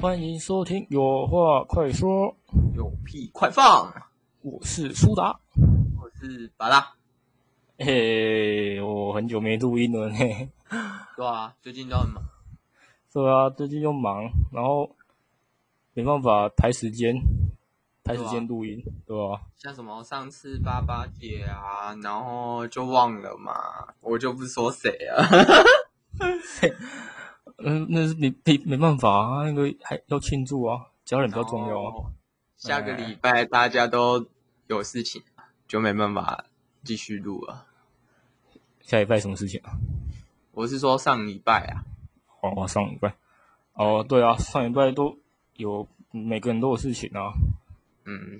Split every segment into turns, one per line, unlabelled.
欢迎收听有话快说，
有屁快放！
我是苏达。
我是巴拉，
嘿，我很久没录音了呢。
对啊，最近都很忙。
对啊，最近又忙，然后没办法排时间，排时间录音，对吧、
像什么上次八八节啊，然后就忘了嘛，我就不说谁了。
嗯，那是没没没办法啊，那个还要庆祝啊，家人比较重要啊。。
下个礼拜大家都有事情，就没办法继续录了。
下礼拜什么事情啊？
我是说上礼拜啊，
哦，上礼拜。哦，对啊，上礼拜都有每个人都有事情啊。
嗯，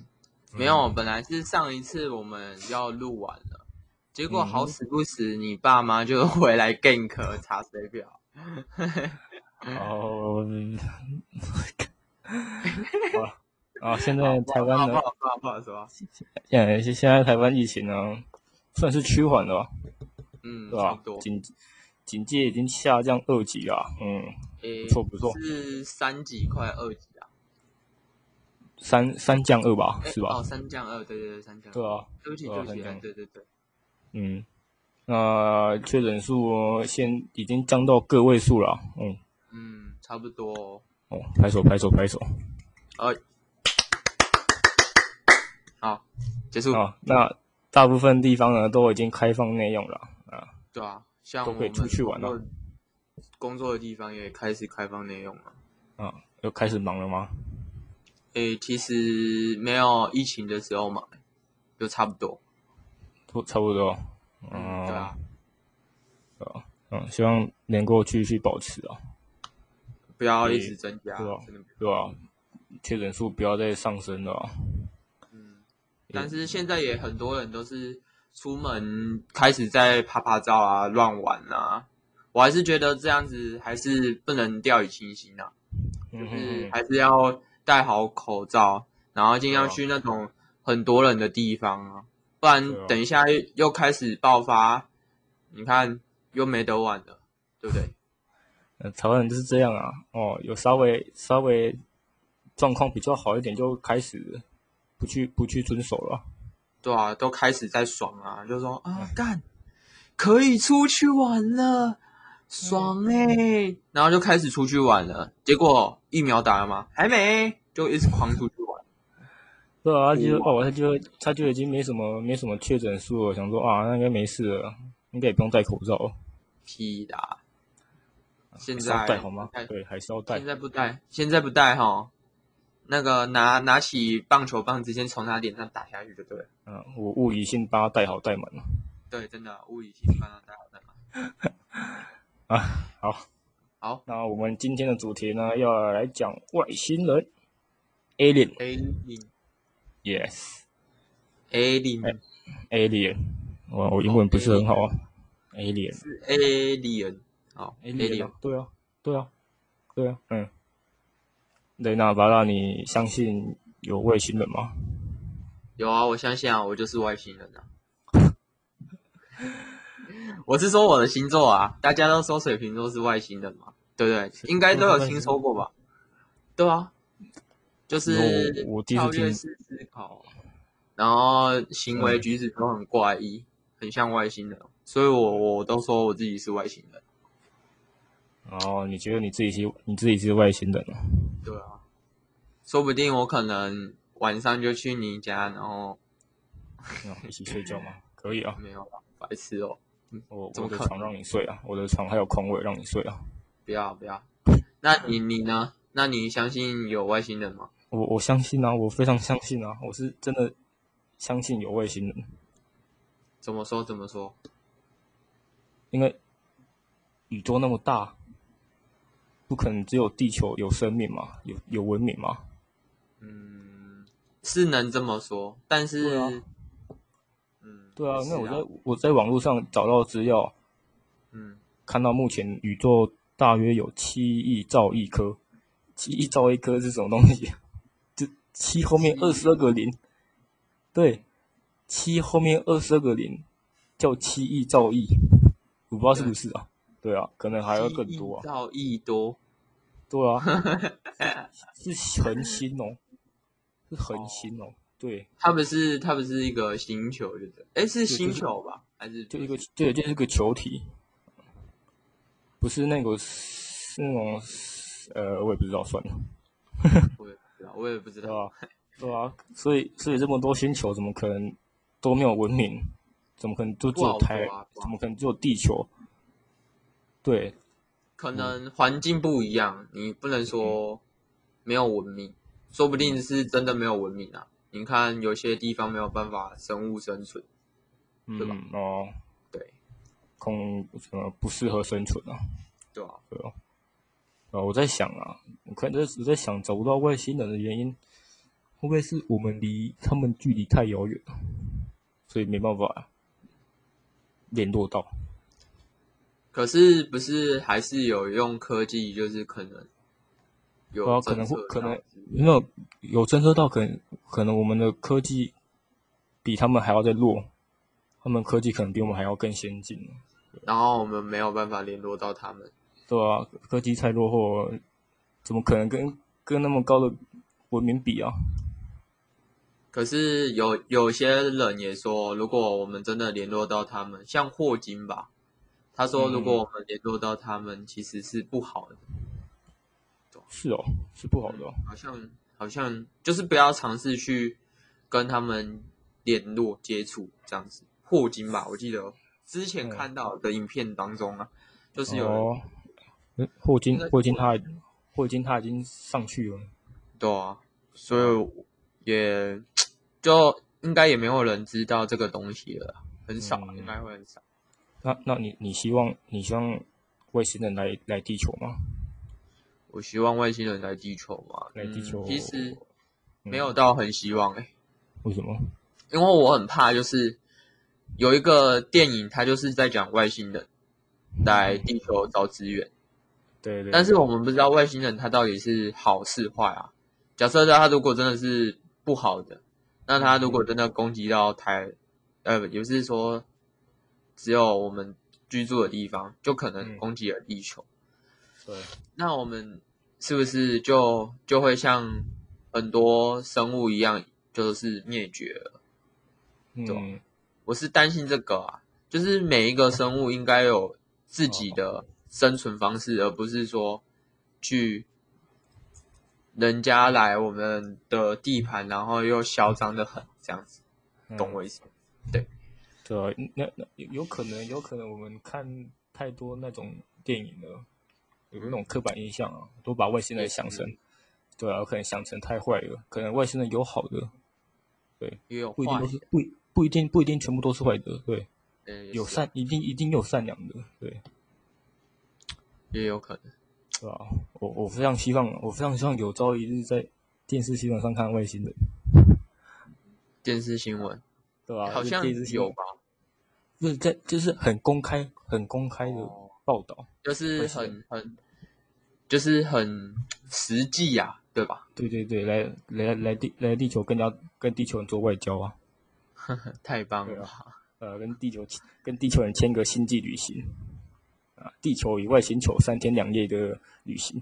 没有，本来是上一次我们要录完了，结果好死不死，你爸妈就 回来 gank 查水表。
哦，好了啊，现在台湾
不
的
好不好不好说，
现在现在台湾疫情呢，算是趋缓了吧，
嗯，
对
差
吧
不多？。
警警戒已经下降二级啊，嗯，
诶
不错不错
是三级快二级啊，
三三降二吧，
诶
是
哦，
吧？
三降二，对对对，三降二。
对啊，
对不起，
对
对
啊
不起，
三降
哎
二
对对对，
嗯，那确诊数现已经降到个位数了啊，嗯，
嗯，差不多哦。
哦，拍手拍手拍手，
好，结束。
啊，那大部分地方呢都已经开放内用了，
对啊，像
都
我
可以
们
出去玩啊了
工作工作的地方也开始开放内容了。
啊，又开始忙了吗？
诶，哎其实没有疫情的时候嘛，就差不多。
都差不多，嗯，
嗯，对啊，
嗯，希望能够继续保持啊，
不要
对
一直增加，
对啊
真的不
对
要。
吧、确诊数不要再上升了啊、
嗯，但是现在也很多人都是出门开始在拍拍照啊、乱玩啊。我还是觉得这样子还是不能掉以轻心啊，就
嗯
是
哼
还是要戴好口罩，然后尽量
对啊
去那种很多人的地方啊，
对啊
不然等一下又又开始爆发，你看又没得玩了，对不对？
呃，台湾人就是这样啊，哦，有稍微稍微状况比较好一点，就开始不去不去遵守了啊。
对啊，都开始在爽啊，就说
嗯
啊干，可以出去玩了，爽哎、然后就开始出去玩了，结果疫苗打了吗？还没，就一直狂出去玩。
对啊，他就
嗯
哦，他就他就已经没什么没什么确诊数了，想说啊，那应该没事了，应该也不用戴口罩了，
屁啦！现
还啊是
在
要戴好吗
不戴？
对，还是要戴
现。在不戴，现在不戴哈。那个拿拿起棒球棒，直接从他脸上打下去就对了。
嗯，我物理性把它戴好戴满了
对，真的啊物以稀为贵，大家好
啊。好，
好
那我们今天的主题呢，要来讲外星人，alien。
，alien
Yes,
alien
alien。我我英文不是很好啊。alien
是 alien，好
alien 啊对啊，对啊，对啊，嗯。雷娜巴拉，你相信有外星人吗？
有啊，我相信啊，我就是外星人啊。 我是说我的星座啊，大家都说水瓶座是外星人嘛，对不对？应该都有听说过吧？对啊，就是
我我第一次
跳跃
听
式思考，哦然后行为举止都很怪异，很像外星人，所以我我都说我自己是外星人。
然后哦你觉得你自己是你自己是外星人啊？
对啊，说不定我可能晚上就去你家，然后
嗯一起睡觉吗？可以啊，
没有啊白痴哦。
我
怎
我
么
的
可能
床让你睡啊，我的床还有空位让你睡啊。
不要不要。
嗯
那你你呢？那你相信有外星人吗？
我我相信啊，我非常相信啊，我是真的相信有外星人，
怎么说怎么说？
因为宇宙那么大，不可能只有地球有生命嘛，有有文明嘛。
嗯，是能这么说，但是，
对啊
嗯，
对啊，
也是
那我在我在网络上找到资料，
嗯，
看到目前宇宙大约有七亿兆亿颗，七亿兆亿颗是什么东西？ 就七啊后面二十二个零，对，七后面二十二个零叫七亿兆亿，我不知道是不是啊？对啊，可能还要更多啊
一。兆亿多，
对啊， 是是恒星哦，是恒星哦，对，
它不是它不是一个星球，就是哎是星球吧？还是
就一个对，就是个球体，不是那个是那种呃，我也不知道，算了，
我也不知道，我也不知
对
道。
吧、对啊，所以所以这么多星球，怎么可能都没有文明？怎么可能就只
不好
有
说
台？
啊不好
怎么可能只有地球？对，
可能环境不一样，你不能
嗯
说没有文明，说不定是真的没有文明啊。你看有些地方没有办法生物生存，
嗯
对吧
哦，
对
空什么不适合生存啊？
对吧、
啊，我在想啊，我看这我在想找不到外星人的原因，会不会是我们离他们距离太遥远了，所以没办法联络到？
可是不是还是有用科技，就是可能有
对啊可
侦
能
测
会可
到
能没有有侦测到，可能可能我们的科技比他们还要再弱，他们科技可能比我们还要更先进，
然后我们没有办法联络到他们。
对吧、科技太落后了，怎么可能跟跟那么高的文明比啊？
可是有有些人也说，如果我们真的联络到他们，像霍金吧，他说
嗯
如果我们联络到他们，其实是不好的。
是哦，是不好的哦、
好像好像就是不要尝试去跟他们联络接触这样子。霍金吧，我记得哦之前
嗯
看到的影片当中啊，就是有人、
哦，嗯霍金
应该，是
霍金他，霍金他已经上去了。
对啊，所以也就应该也没有人知道这个东西了，啊很少，
嗯
应该会很少。
那那你你希望你希望外星人来来地球吗？
我希望外星人来地球嘛，
来地
嗯
球
其实
嗯
没有到很希望哎、
为什么？
因为我很怕，就是有一个电影，它就是在讲外星人来地球找资源，
对对，
但是我们不知道外星人他到底是好是坏啊。假设他如果真的是不好的，那他如果真的攻击到台，呃，也就是说，只有我们居住的地方，就可能
嗯
攻击了地球。
对，
那我们是不是就就会像很多生物一样，就是灭绝了？
嗯
对啊我是担心这个啊，就是每一个生物应该有自己的生存方式，而不是说去人家来我们的地盘，然后又嚣张的很这样子，
嗯
懂我意思？
对啊，那那有有可能有可能我们看太多那种电影了，有那种刻板印象啊，都把外星人想成，对啊，有可能想成太坏了，可能外星人有好的，
也有
不一定
坏
都，是不一不一定不一定全部都是坏的，对，
嗯，也是
有善一定一定有善良的，对。
也有可能。
对啊，我我非常希望，我非常希望有朝一日在电视新闻上看外星人，
电视新闻
对吧、
好像
啊就电视新
有
闻
吧，
就是在就是很公开、很公开的
哦
报道，
就是
会是
很很就是很实际呀、啊，对吧？
对对对，来来来地来地球跟人家跟地球人做外交啊，
太棒
对
了，
呃，跟地球跟地球人签个星际旅行啊，地球与外星球三天两夜的旅行，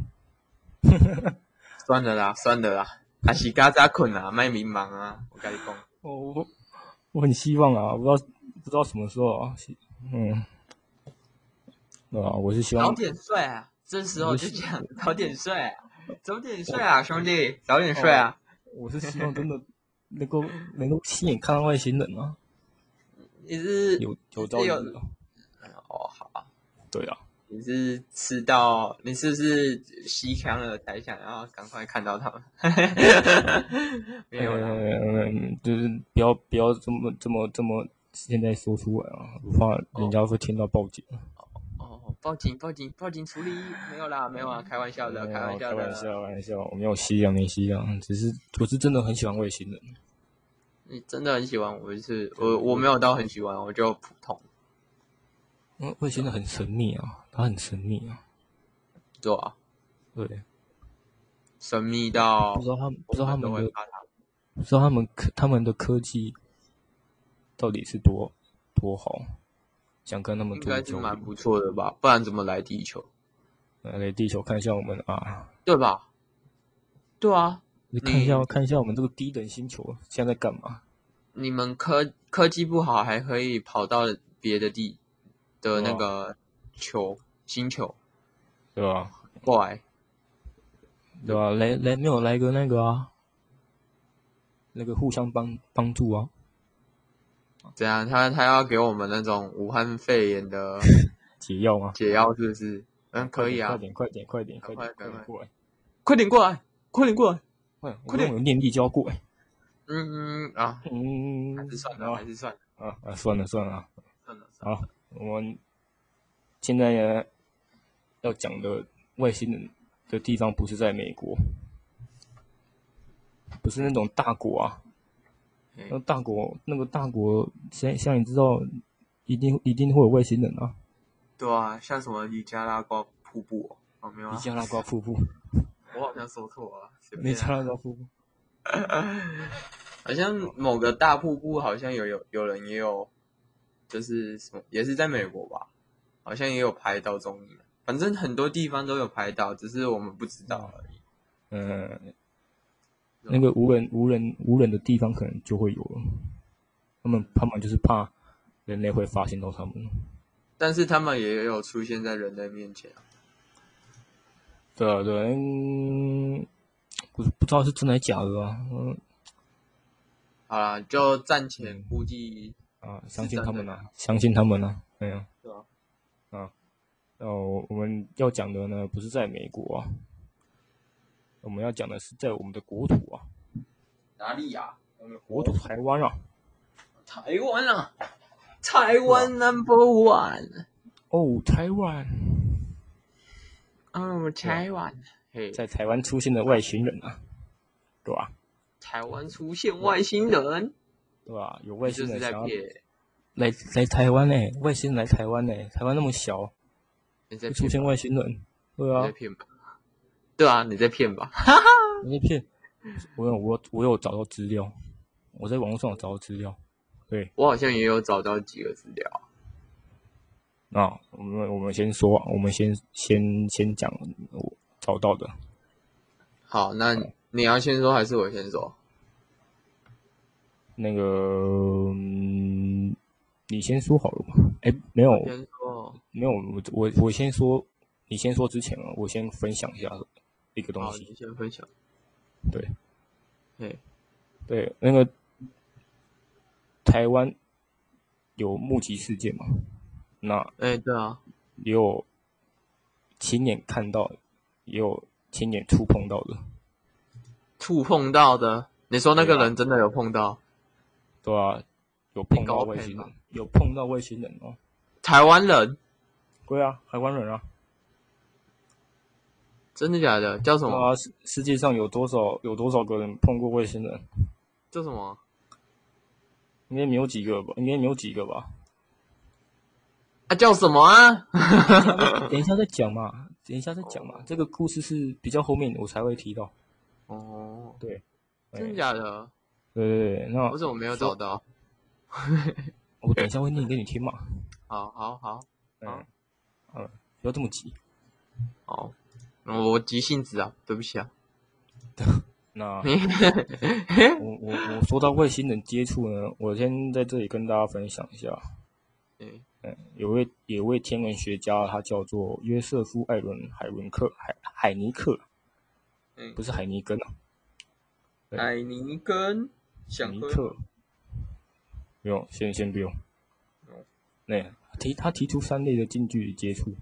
算了啦，算了啦，还是嘎扎困啊，卖迷茫啊，我跟你讲。
哦、我我很希望啊，不知道不知道什么时候啊，希嗯，对啊，我是希
早
望
点睡啊！这时候
不
就是讲 早点睡
哦
啊，早点睡啊，兄弟，早点睡啊！
我是希望真的能够能够亲眼看到外星人啊，
你是
有有朝一日啊，
哦好啊，
对啊，
你是吃到你是不是吸枪了才想要赶快看到他们？ 没有啦，
嗯，就是不要不要这么这么这么现在说出来啊，我怕人家会听到报警。
哦，报警报警报警处理！没有啦，没有啊，开玩笑的，
没有
开玩笑
哦开玩
的。
笑，开玩笑，我没有吸氧，没吸氧，只是我是真的很喜欢外星人，
你真的很喜欢我，是我我没有到很喜欢，我就普通，
因为外星人很神秘啊，他很神秘啊，
对啊，
对，
神秘到
不知道他们不知道他
我都
们
会
的
怕他。
不知道他们科他们的科技到底是多多好，想跟他们
应
多
该是
久？
蛮不错的吧，不然怎么来地球？
来给地球看一下我们啊，
对吧？对啊，
看一下、看一下我们这个低等星球现在在干嘛？
你们科科技不好，还可以跑到别的地的那个球星球
对
啊
吧？
过来，
对吧？来来，没有来个那个啊，那个互相帮帮助啊，
怎样？他他要给我们那种武汉肺炎的
解药吗？
解药，是不是？嗯，可以
快
啊，
点，快点，快点，快
快
点，快
快
点，快
快
点过来，
快点过来，快点过来。
快点，
快点
我有念力交过来。
嗯嗯啊，
嗯，
还是算
好
了，还是算了，
啊啊，算了算了啊，
算了算了。
好，我们现在呢要讲的外星人的地方不是在美国，不是那种大国啊，
嗯
那大国那个大国，像像你知道，一定一定会有外星人啊，
对啊，像什么尼加拉瓜瀑布哦，哦没有
尼
啊，
加拉瓜瀑布，
我好像说错了，随
尼
便
加
啊。
拉瓜瀑布，
好像某个大瀑布，好像有有有人也有，就是什么也是在美国吧，好像也有拍到踪影，反正很多地方都有拍到，只是我们不知道
嗯
而已。
呃，
嗯
那个无人无人无人的地方可能就会有了，他们他们就是怕人类会发现到他们。
但是他们也有出现在人类面前啊，
对啊，对啊，嗯，不是不知道是真的还是假的啊，嗯
好啦，就暂且估计，
啊，相信
真的
他们啊，相信他们啊，哎呀、
对啊
哦，我们要讲的呢，不是在美国啊，我们要讲的是在我们的国土啊，
哪里呀、我们
国土台湾啊，
台湾啊，台湾啊 number one，
哦，台湾，哦
嗯，台湾，嘿，
在台湾出现的外星人啊，对吧、
台湾出现外星人，
对吧、有外
就
星
是
人
在
想要
骗，
来来台湾呢、外星人来台湾呢、欸台湾那么小，
你在
会出
骗
现外星人，对
你
啊
在，骗吧？对啊，你在骗吧？
那片，我有我我有找到资料，我在网络上有找到资料。对，
我好像也有找到几个资料。
那我们我们先说啊，我们先先先讲我找到的。
好，那你要先说还是我先说？
那个、嗯你先说好了吧？哎，没有
先说。
没有，我我我先说，你先说之前啊，我先分享一下一个东
好，
西。
你先分享。
对
嘿，
对，那个台湾有目击事件嘛？那
哎、对啊，
也有亲眼看到，也有亲眼触碰到的，
触碰到的，你说那个
对啊
人真的有碰到？
对吧、有碰到
高
外
配
星
吧
人，有碰到外星人哦。
台湾人，
对啊，台湾人啊，
真的假的？叫什
对
么？
啊，世世界上有多少有多少个人碰过外星人？
叫什么？
应该没有几个吧？应该没有几个 吧？
啊，叫什么啊？
等一下再讲嘛，等一下再讲嘛。这个故事是比较后面我才会提到。
哦，
哎
真的假的？
对对对，那
我怎么没有找到？
我等一下会念给你听嘛。
好好好
嗯
好，
好了，不要这么急。
好，嗯我急性子啊，对不起啊。
那我我我说到外星人接触呢，我先在这里跟大家分享一下，
哎
有位有位天文学家，他叫做约瑟夫·艾伦·海伦克海海尼克，
嗯
不，是海尼根啊，对
海尼根
海
想
尼
喝
克。不用，先先不用
哦。
那提他提出三类的近距离接触，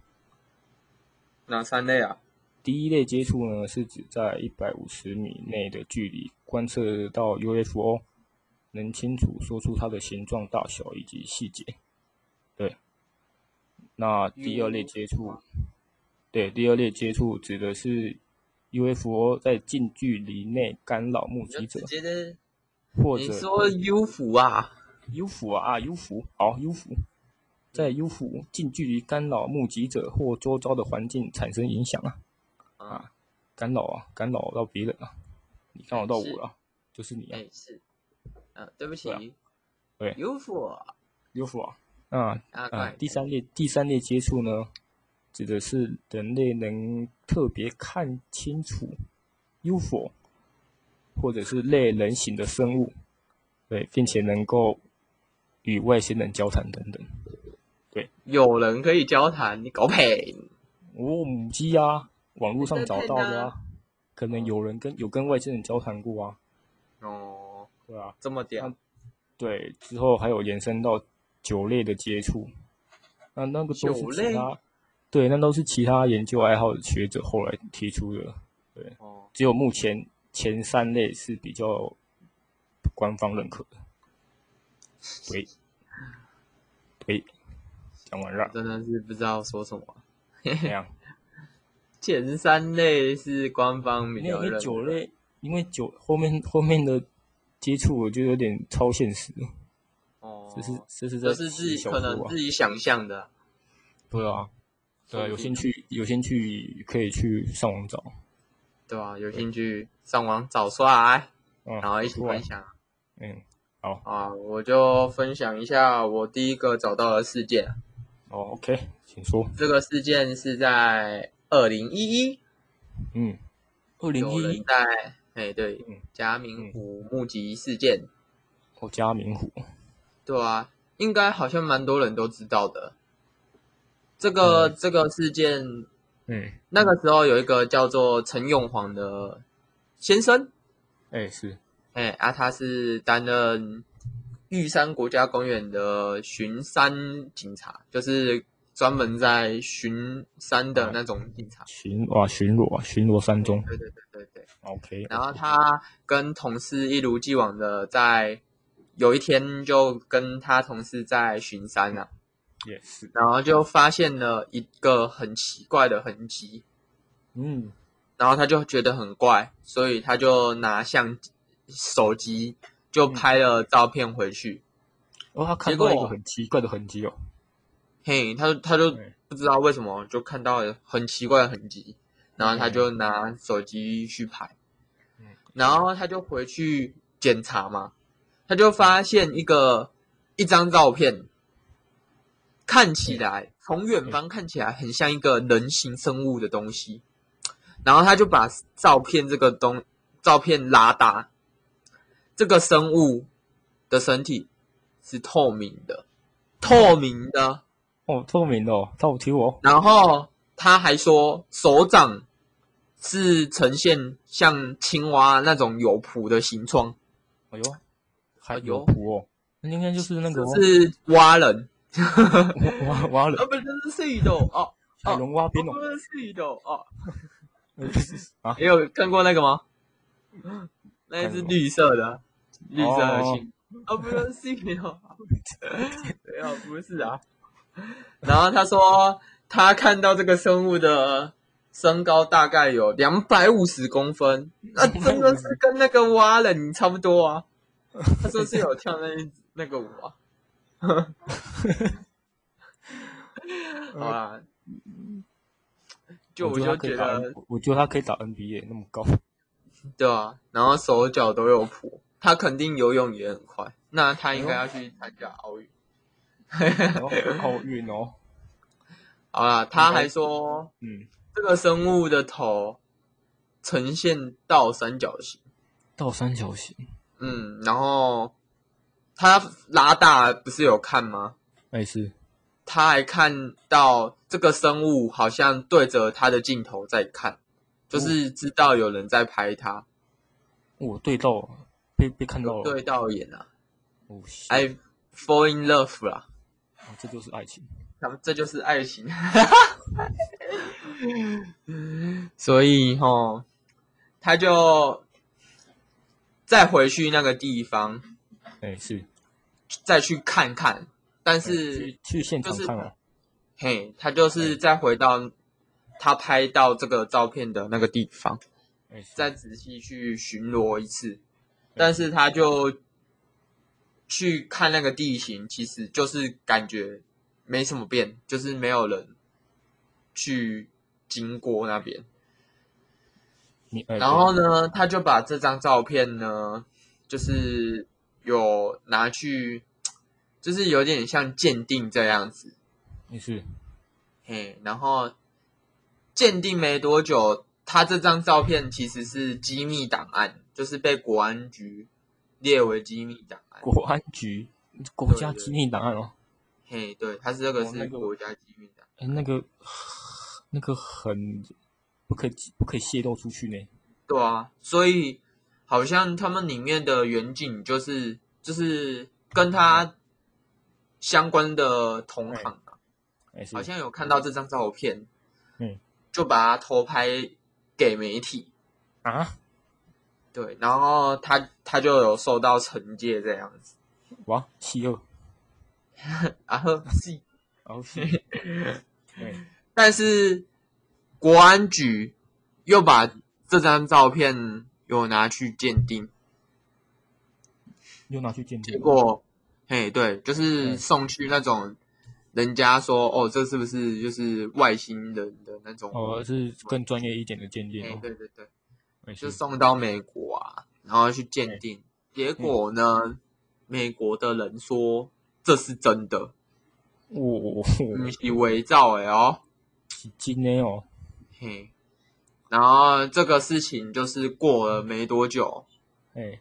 哪三类啊？
第一类接触呢是指在一百五十米内的距离观测到 UFO，能清楚说出它的形状、大小以及细节。对，那第二类接触，对第二类接触指的是 UFO 在近距离内干扰目
你就
击者
直，接的，
或
你
者
说 U 服啊？
UFO 啊 UFO 好 UFO，在 UFO 近距离干扰目击者或周遭的环境产生影响啊。
啊，
干扰啊，干扰到别人啊，你干扰到我
是
了、就是你啊，
哎是，啊，对不起
对啊，对
，U 服啊，
刘福啊，啊
啊
啊
对，，
第三类第三类接触呢，指的是人类能特别看清楚 UFO 或者是类人形的生物，对，并且能够与外星人交谈等等。
有人可以交谈，你狗屁！
我、哦、母鸡啊，网络上找到
对
的
啊
啊，可能有人跟有跟外星人交谈过啊，
哦，
对啊，
这么屌，
对，之后还有延伸到酒类的接触，那那个都
酒
是
类
其他，对，那都是其他研究爱好学者后来提出的，
哦，
只有目前前三类是比较官方认可的。喂，喂，讲完了，
真的是不知道说什么。
怎样？
前三类是官方比
因
较
为因
认可
为酒类，因为酒后面后面的接触，我觉得有点超现实，
哦，
这是这是在
这是自
写
己
小
可
说
能
啊
自己想象的，
对啊，对啊，有
说
兴
不定
趣有兴趣可以去上网找，
对吧、有兴趣上网找出来，
嗯，
然后一起
出来
分享
嗯，
啊！我就分享一下我第一个找到的事件，
哦，OK，请说，
这个事件是在二零一一，
嗯，二零
有
一
人
一，
在哎对
嗯，
嘉明湖目击事件，
我加明湖，
对啊，应该好像蛮多人都知道的。这个、
嗯
这个事件，
嗯，
那个时候有一个叫做陈永煌的先生，
哎是，
哎、啊，他是担任玉山国家公园的巡山警察，就是专门在巡山的那种警察。
啊巡哇巡逻啊巡逻山中
对对对对对。
，OK，
然后他跟同事一如既往的在有一天就跟他同事在巡山啊，
也是，
然后就发现了一个很奇怪的痕迹，
嗯，
然后他就觉得很怪，所以他就拿相机手机就拍了照片回去。
哦，他看
结
到一个
果
很奇怪的痕迹哦，
嘿，他就他就
对
不知道为什么就看到了很奇怪的痕迹，然后他
嗯
就拿手机去拍
嗯，
然后他就回去检查嘛，他就发现一个一张照片，看起来从远方看起来很像一个人形生物的东西，然后他就把照片这个东照片拉大，这个生物的身体是透明的，透明的。
哦，透明的哦，他有提我，
然后他还说手掌是呈现像青蛙那种有蹼的形状，
哎呦，还
哎呦
有谱哦，那应该就是那个哦
是蛙人。啊，
挖挖了
不是，这是水斗哦，
海龙蛙边
不
哦，
是水斗哦。
啊
你有看过那个吗？那一
看
只
什么
绿色的，绿色的
哦
青。啊，不是水斗，没有，不是啊。然后他说，他看到这个生物的身高大概有两百五十公分，那、真的是跟那个蛙人差不多啊。他说是有跳那一那个舞啊。好啦，就我
觉得他
就
可
觉
以打
得
N，我觉得他可以打 NBA 那么高，
对啊，然后手脚都有蹼，他肯定游泳也很快，那他应该要去参加奥运。
然后奥运哦，
好啦，他还说。
嗯，
这个生物的头呈现倒三角形，
倒三角形，
嗯，然后他拉大不是有看吗？
哎是，
他还看到这个生物好像对着他的镜头在看，就是知道有人在拍他，
我对到了被被看到
有
了，
对到眼啊，
哦，shit
哎，fall in love 啦，
哦这就是爱情，
他们这就是爱情，所以吼，他就再回去那个地方，
哎是，
再去看看，但
去
是
去现场
就是
看哦，
嘿，他就是再回到他拍到这个照片的那个地方，
哎是
再仔细去巡逻一次，但是他就去看那个地形，其实就是感觉没什么变，就是没有人去经过那边。
你哎
然后呢，他就把这张照片呢，就是有拿去，就是有点像鉴定这样子，
对你是
嘿，然后鉴定没多久，他这张照片其实是机密档案，就是被国安局列为机密档案。
国安局国家机密档案哦，
嘿，对，他是这个
哦那
是
个
国家机密档案。
哎、那个那个很不可不可以泄露出去呢。
对啊，所以好像他们里面的远景就是就是跟他相关的同行啊，
哎、是
好像有看到这张照片，
嗯，
就把它偷拍给媒体，
啊，
对，然后他他就有受到惩戒这样子，
哇，七二，
然后啊是，
然后是，哎
但是国安局又把这张照片有拿去鉴定，
又拿去鉴定
结
了，
果，嘿，对，就是
嗯
送去那种人家说哦，这是不是就是外星人的那种？
哦，是更专业一点的鉴定
嘿
哦，
对对对，
哎
就是送到美国啊，然后去鉴定。结果呢，美国的人说这是真的，
我我
不是伪造的哦。
是真的哦，
嘿，然后这个事情就是过了没多久，
哎、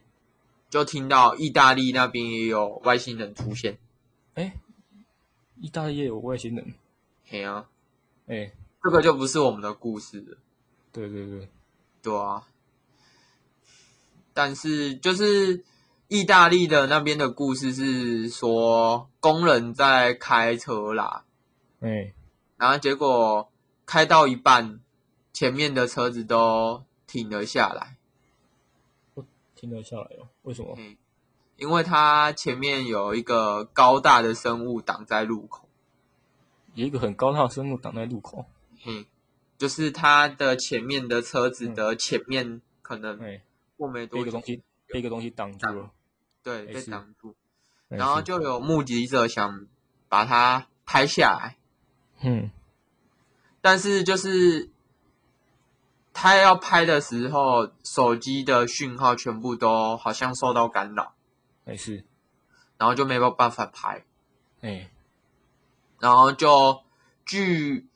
就听到意大利那边也有外星人出现。
哎、意大利也有外星人，
嘿啊，
哎、
这个就不是我们的故事了。
对对对，
对啊，但是就是意大利的那边的故事是说，工人在开车啦，
哎、
然后结果开到一半，前面的车子都停了下来，
停了下来哦，为什么？
嗯，因为它前面有一个高大的生物挡在路口，
有一个很高大的生物挡在路口，
嘿，就是它的前面的车子的前面可
哎、
能过没
被一
多
个
久
东，西被一个东西挡住了，
对，
没
被
事
挡住，
哎
然后
是
就有目击者想把它拍下来，
嗯，
但是就是他要拍的时候，手机的讯号全部都好像受到干扰，
哎、是
然后就没有办法拍，
哎、
然后就据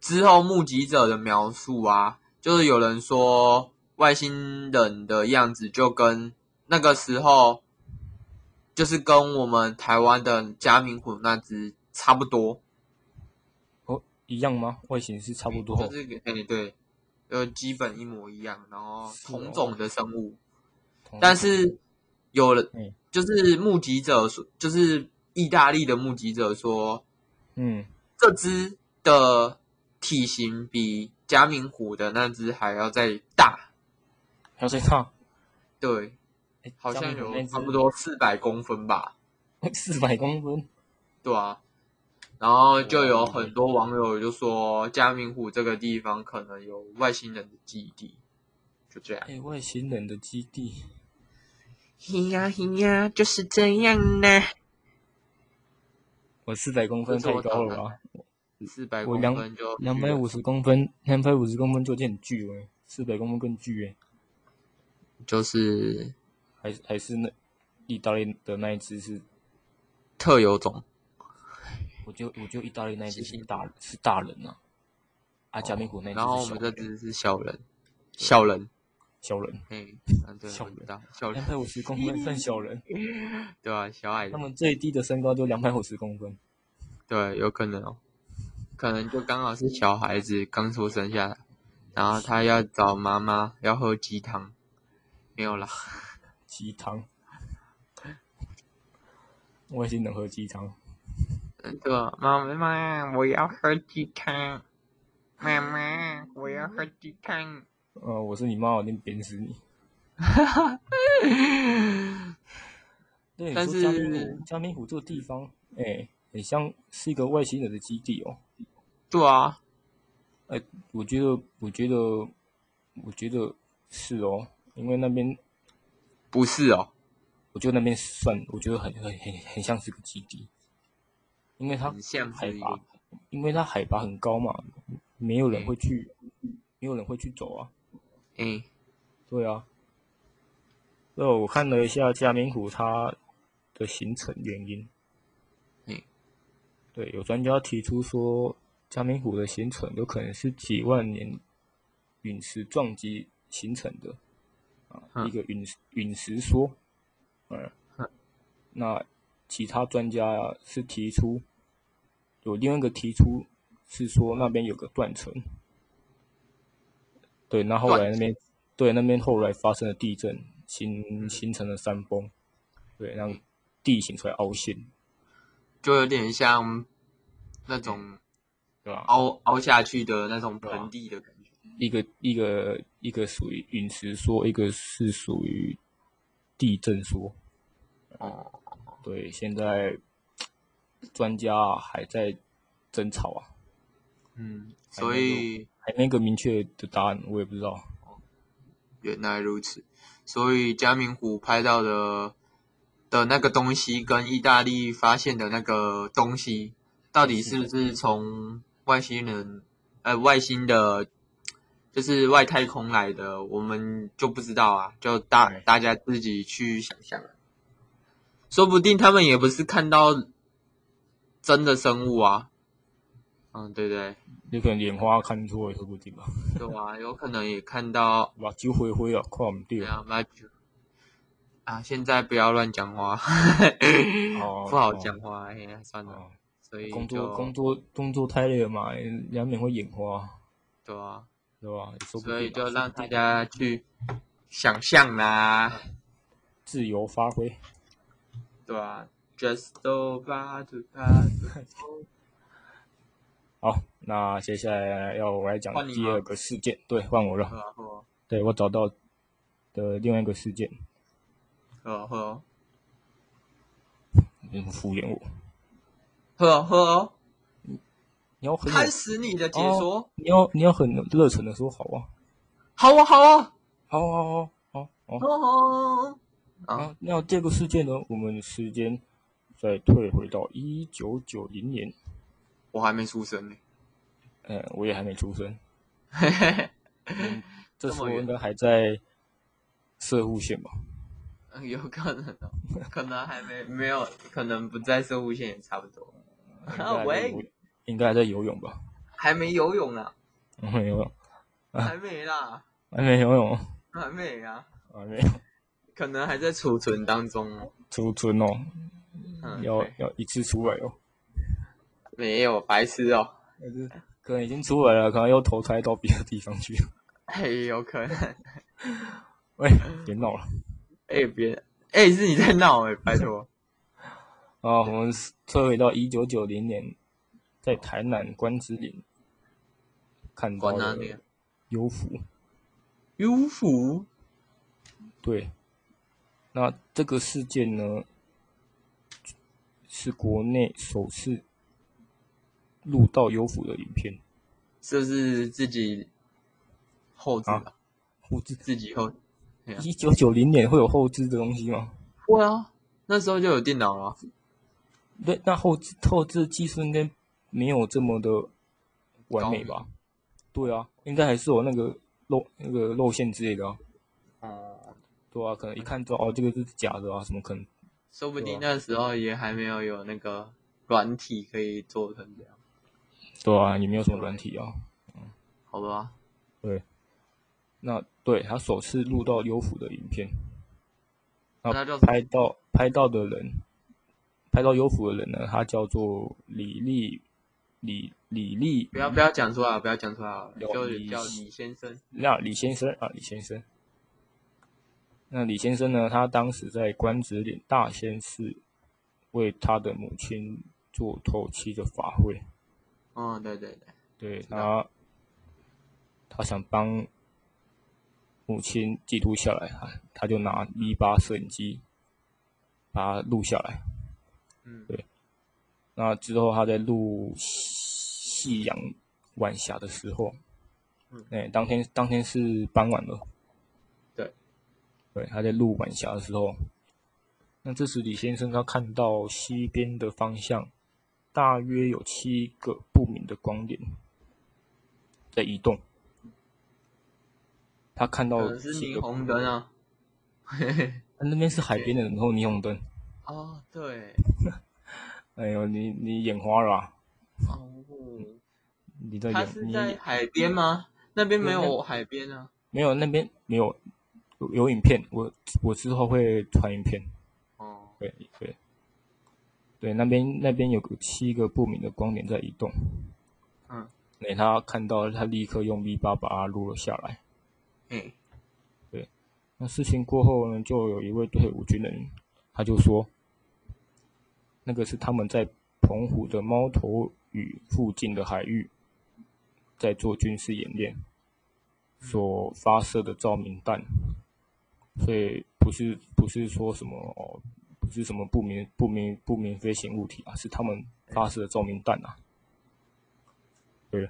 之后目击者的描述啊，就是有人说外星人的样子就跟那个时候。就是跟我们台湾的加明湖那只差不多，
哦一样吗？外形是差不多哦，
就是哎、对，呃，基本一模一样，然后
是哦
同种的生物，
同
但是有了
嗯，
就是目击者说，就是意大利的目击者说，
嗯，
这只的体型比加明湖的那只还要再大，
还有谁唱？
对，
哎
好像有差不
多
多四百公分吧，
四百公分，
对啊。然后就有很多网友就说，加明湖这个地方可能有外星人的基地，就这样。
哎、外星人的基地，
嘿呀嘿呀，就是这样呢。
我四百公分
这是
太
我
高
找
了
的
吧？
四百
我
公
两
分就
两百五十公分，两百五十公分就有点巨了、四百公分更巨哎、
就是
还是还是那意大利的那一只是，
特有种。
我就我就意大利那一只
是哦
是大是大人啊，啊加美虎那一只
然后我
是小
们这
人
只是小人，小人，
小人，
嗯，啊对，
小
我知道，小
两
人，
百五十公分算小人，
对啊，小矮
他
人，
们最低的身高就两百五十公分，
对，有可能哦，可能就刚好是小孩子刚出生下来，然后他要找妈妈，要喝鸡汤，没有啦，
鸡汤，外星人喝鸡汤，
嗯对啊，妈妈妈，我要喝鸡汤，妈妈，我要喝鸡汤，
呃，我是你妈，我一定扁死你。对，你
但
说加密
是
湖，加密湖这个地方，哎、很像是一个外星人的基地哦。
对啊，
我觉得，我觉得，我觉得是哦，因为那边，
不是哦，
我觉得那边算，我觉得很很很很像是个基地，因为它
很像
海
是一
拔
个，
因为它海拔很高嘛，没有人
嗯
会去，没有人会去走啊。
哎，
对啊，对，我看了一下加明湖它的形成原因。
嗯
对，有专家提出说，加冕湖的形成有可能是几万年陨石撞击形成的啊，
嗯
一个陨石陨石说，嗯
嗯，
那其他专家啊是提出有另外一个提出是说那边有个断层，对，那后来那边对那边后来发生了地震，
嗯
形形成了山崩，对，让地形出来凹陷，
就有点像那种
对吧？
凹凹下去的那种
对啊
盆地的感觉。
一个一个一个属于陨石说，一个是属于地震说。
哦，
对，现在专家啊还在争吵啊，
嗯，所以
还没一个明确的答案，我也不知道。
原来如此，所以加明湖拍到的的那个东西跟意大利发现的那个东西，到底是不是从外星人呃外星的，就是外太空来的，我们就不知道啊，就大
对
大家自己去想象啊，说不定他们也不是看到真的生物啊，嗯，对不 对，
有可能眼花看错也说不定吧。
对啊，有可能也看到
把酒回回啊，看唔对
对
啊。
啊，妈就啊，现在不要乱讲话，
哦
不好讲话，哎呀，算了，
哦，
所以
工作
就
工作工作太累了嘛，难免会眼花，
对啊，
对吧？也说不定啊
所以就让大家去想象啦，
自由发挥。
对啊 j u s t over to pass，
好，那接下来要我来讲
换你
第二
吗
个事件，对，换我了。
喝啊喝
对我找到的另外一个事件，
喝啊喝啊
嗯，敷衍我。
喝啊喝啊，
你要很有
开始你的解说，
你要你要很热忱的说好哦啊，
好啊好啊
好好好好好
好啊，
啊。那这个事件呢，我们时间再退回到一九九零年，
我还没出生呢，
呃，我也还没出生，
嘿嘿嘿
这
这
时
么
候
远
应该还在射户县吧？
嗯有可能哦，可能还没没有，可能不在射弧线也差不 多。啊
应该还在
喂
游应该还在游泳吧？
还没游泳呢，
没有， 啊
还没啦，
还没游泳，
还没啊，
还没有
可能还在储存当中哦。
出村哦，
嗯，
要
对
要一次出来哦，
没有白痴哦，
但是可能已经出来了，可能又投胎到别的地方去了。
哎，有可能，
喂，别闹了
哎别，哎是你在闹哎，拜托，
啊！我们退回到一九九零年，在台南关之琳看到
管哪
了
里啊？
幽浮。
优抚
对，那这个事件呢，是国内首次录到幽浮的影片。
是不是自己后置啊？
后置，
自己后对啊
一九九零年会有后置的东西吗？
会啊，那时候就有电脑
哦
了，
对，那后置后置技术应该没有这么的完美吧？对啊，应该还是有那个露那个露馅之类的啊。
哦，
对啊，可能一看就哦，这个是假的啊，什么可能？
说不定
对啊
那时候也还没有有那个软体可以做成这样，
对啊，也没有什么软体啊。
好吧？
那对他首次录到优抚的影片，那
那就
拍到拍到的人，拍到优抚的人呢，他叫做李丽，李李丽，
不要不要讲出来，啊不要讲出来好了，
有
就
李
叫李先生。
那李先生啊，李先生。那李先生呢，他当时在关子岭大仙寺为他的母亲做头七的法会。
嗯，对对对，
对
道
他，他想帮母亲记录下来，他他就拿一八摄影机把它录下来。
嗯
对那之后他在录夕夕阳晚霞的时候，
嗯
哎、当天当天是傍晚了。
对，
对，他在录晚霞的时候，那这时李先生他看到西边的方向，大约有七个不明的光点在移动。他看
可
到
能是
七
霓
个，
虹灯啊。嘿嘿，
他那边是海边的，然后霓虹灯。
哦， 对，
哎呦，你你眼花了啊、
哦，
你在
它
养
是
你
在海边吗？那边没
对
有海边啊。
没有那边没有有有影片，我我之后会传影片。
哦，
对对对，那边那边有个七个不明的光点在移动。
嗯，
对他看到，他立刻用 V 八把它录了下来。
哎，
那事情过后呢，就有一位退伍军人，他就说，那个是他们在澎湖的猫头屿附近的海域，在做军事演练所发射的照明弹，所以不是不是说什么哦，不是什么不明不明不明飞行物体啊，是他们发射的照明弹啊。对，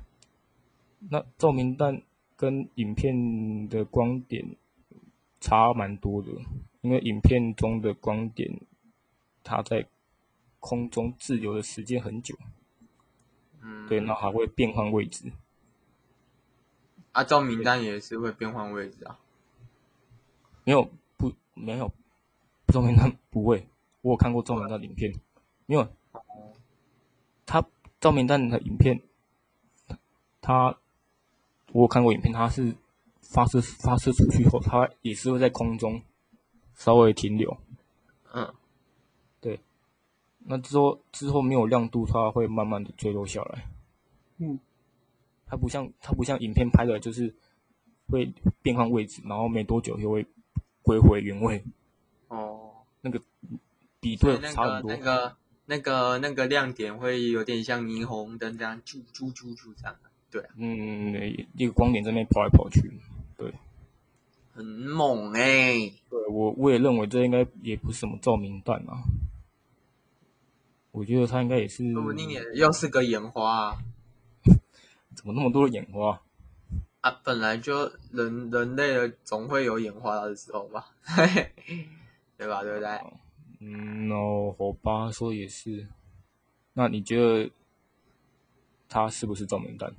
那照明弹跟影片的光点差蛮多的，因为影片中的光点，它在空中滞留的时间很久，
嗯，
对，那还会变换位置。
啊，照明单也是会变换位置啊。
没有不没有，照明弹不会，我有看过照明弹的影片，没有，它照明弹的影片，它我有看过影片，它是发射发射出去后，它也是会在空中稍微停留，
嗯，
那之后之后没有亮度，它会慢慢的坠落下来。
嗯，
它不像它不像影片拍的，就是会变换位置，然后没多久又会归回原位，
哦，
那个比
所
对
以那
差很
个
多。
那个那个那个亮点会有点像霓虹灯这样，啾啾啾啾这样，
嗯，一个光点这边跑来跑去。
很猛哎、
对我我也认为这应该也不是什么照明弹啊，我觉得它应该也是
说不定也
嗯
又是个眼花啊。
怎么那么多的眼花。
啊，本来就人人类的总会有眼花的时候嘛， 对吧？对不对？
嗯，哦，好吧，说也是。那你觉得它是不是照明弹？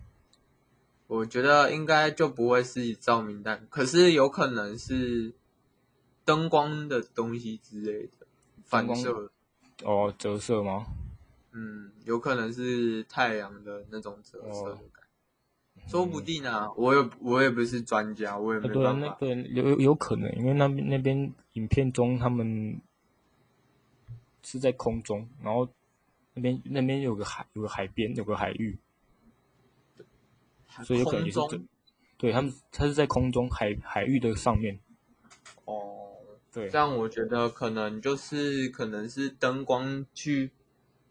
我觉得应该就不会是照明弹，可是有可能是灯光的东西之类的
灯
反
光
射，
哦，折射吗？
嗯，有可能是太阳的那种折射
哦嗯
的感觉，说不定啊，我也我也不是专家，我也
啊
没
对啊，
办
那
法，
对有有有可能，因为那边那边影片中他们是在空中，然后那边那边有个海有个海边有个海域，所以有可能
空
也是
中
这，对他们他是在空中海海域的上面，
哦，
对
这样我觉得可能就是可能是灯光去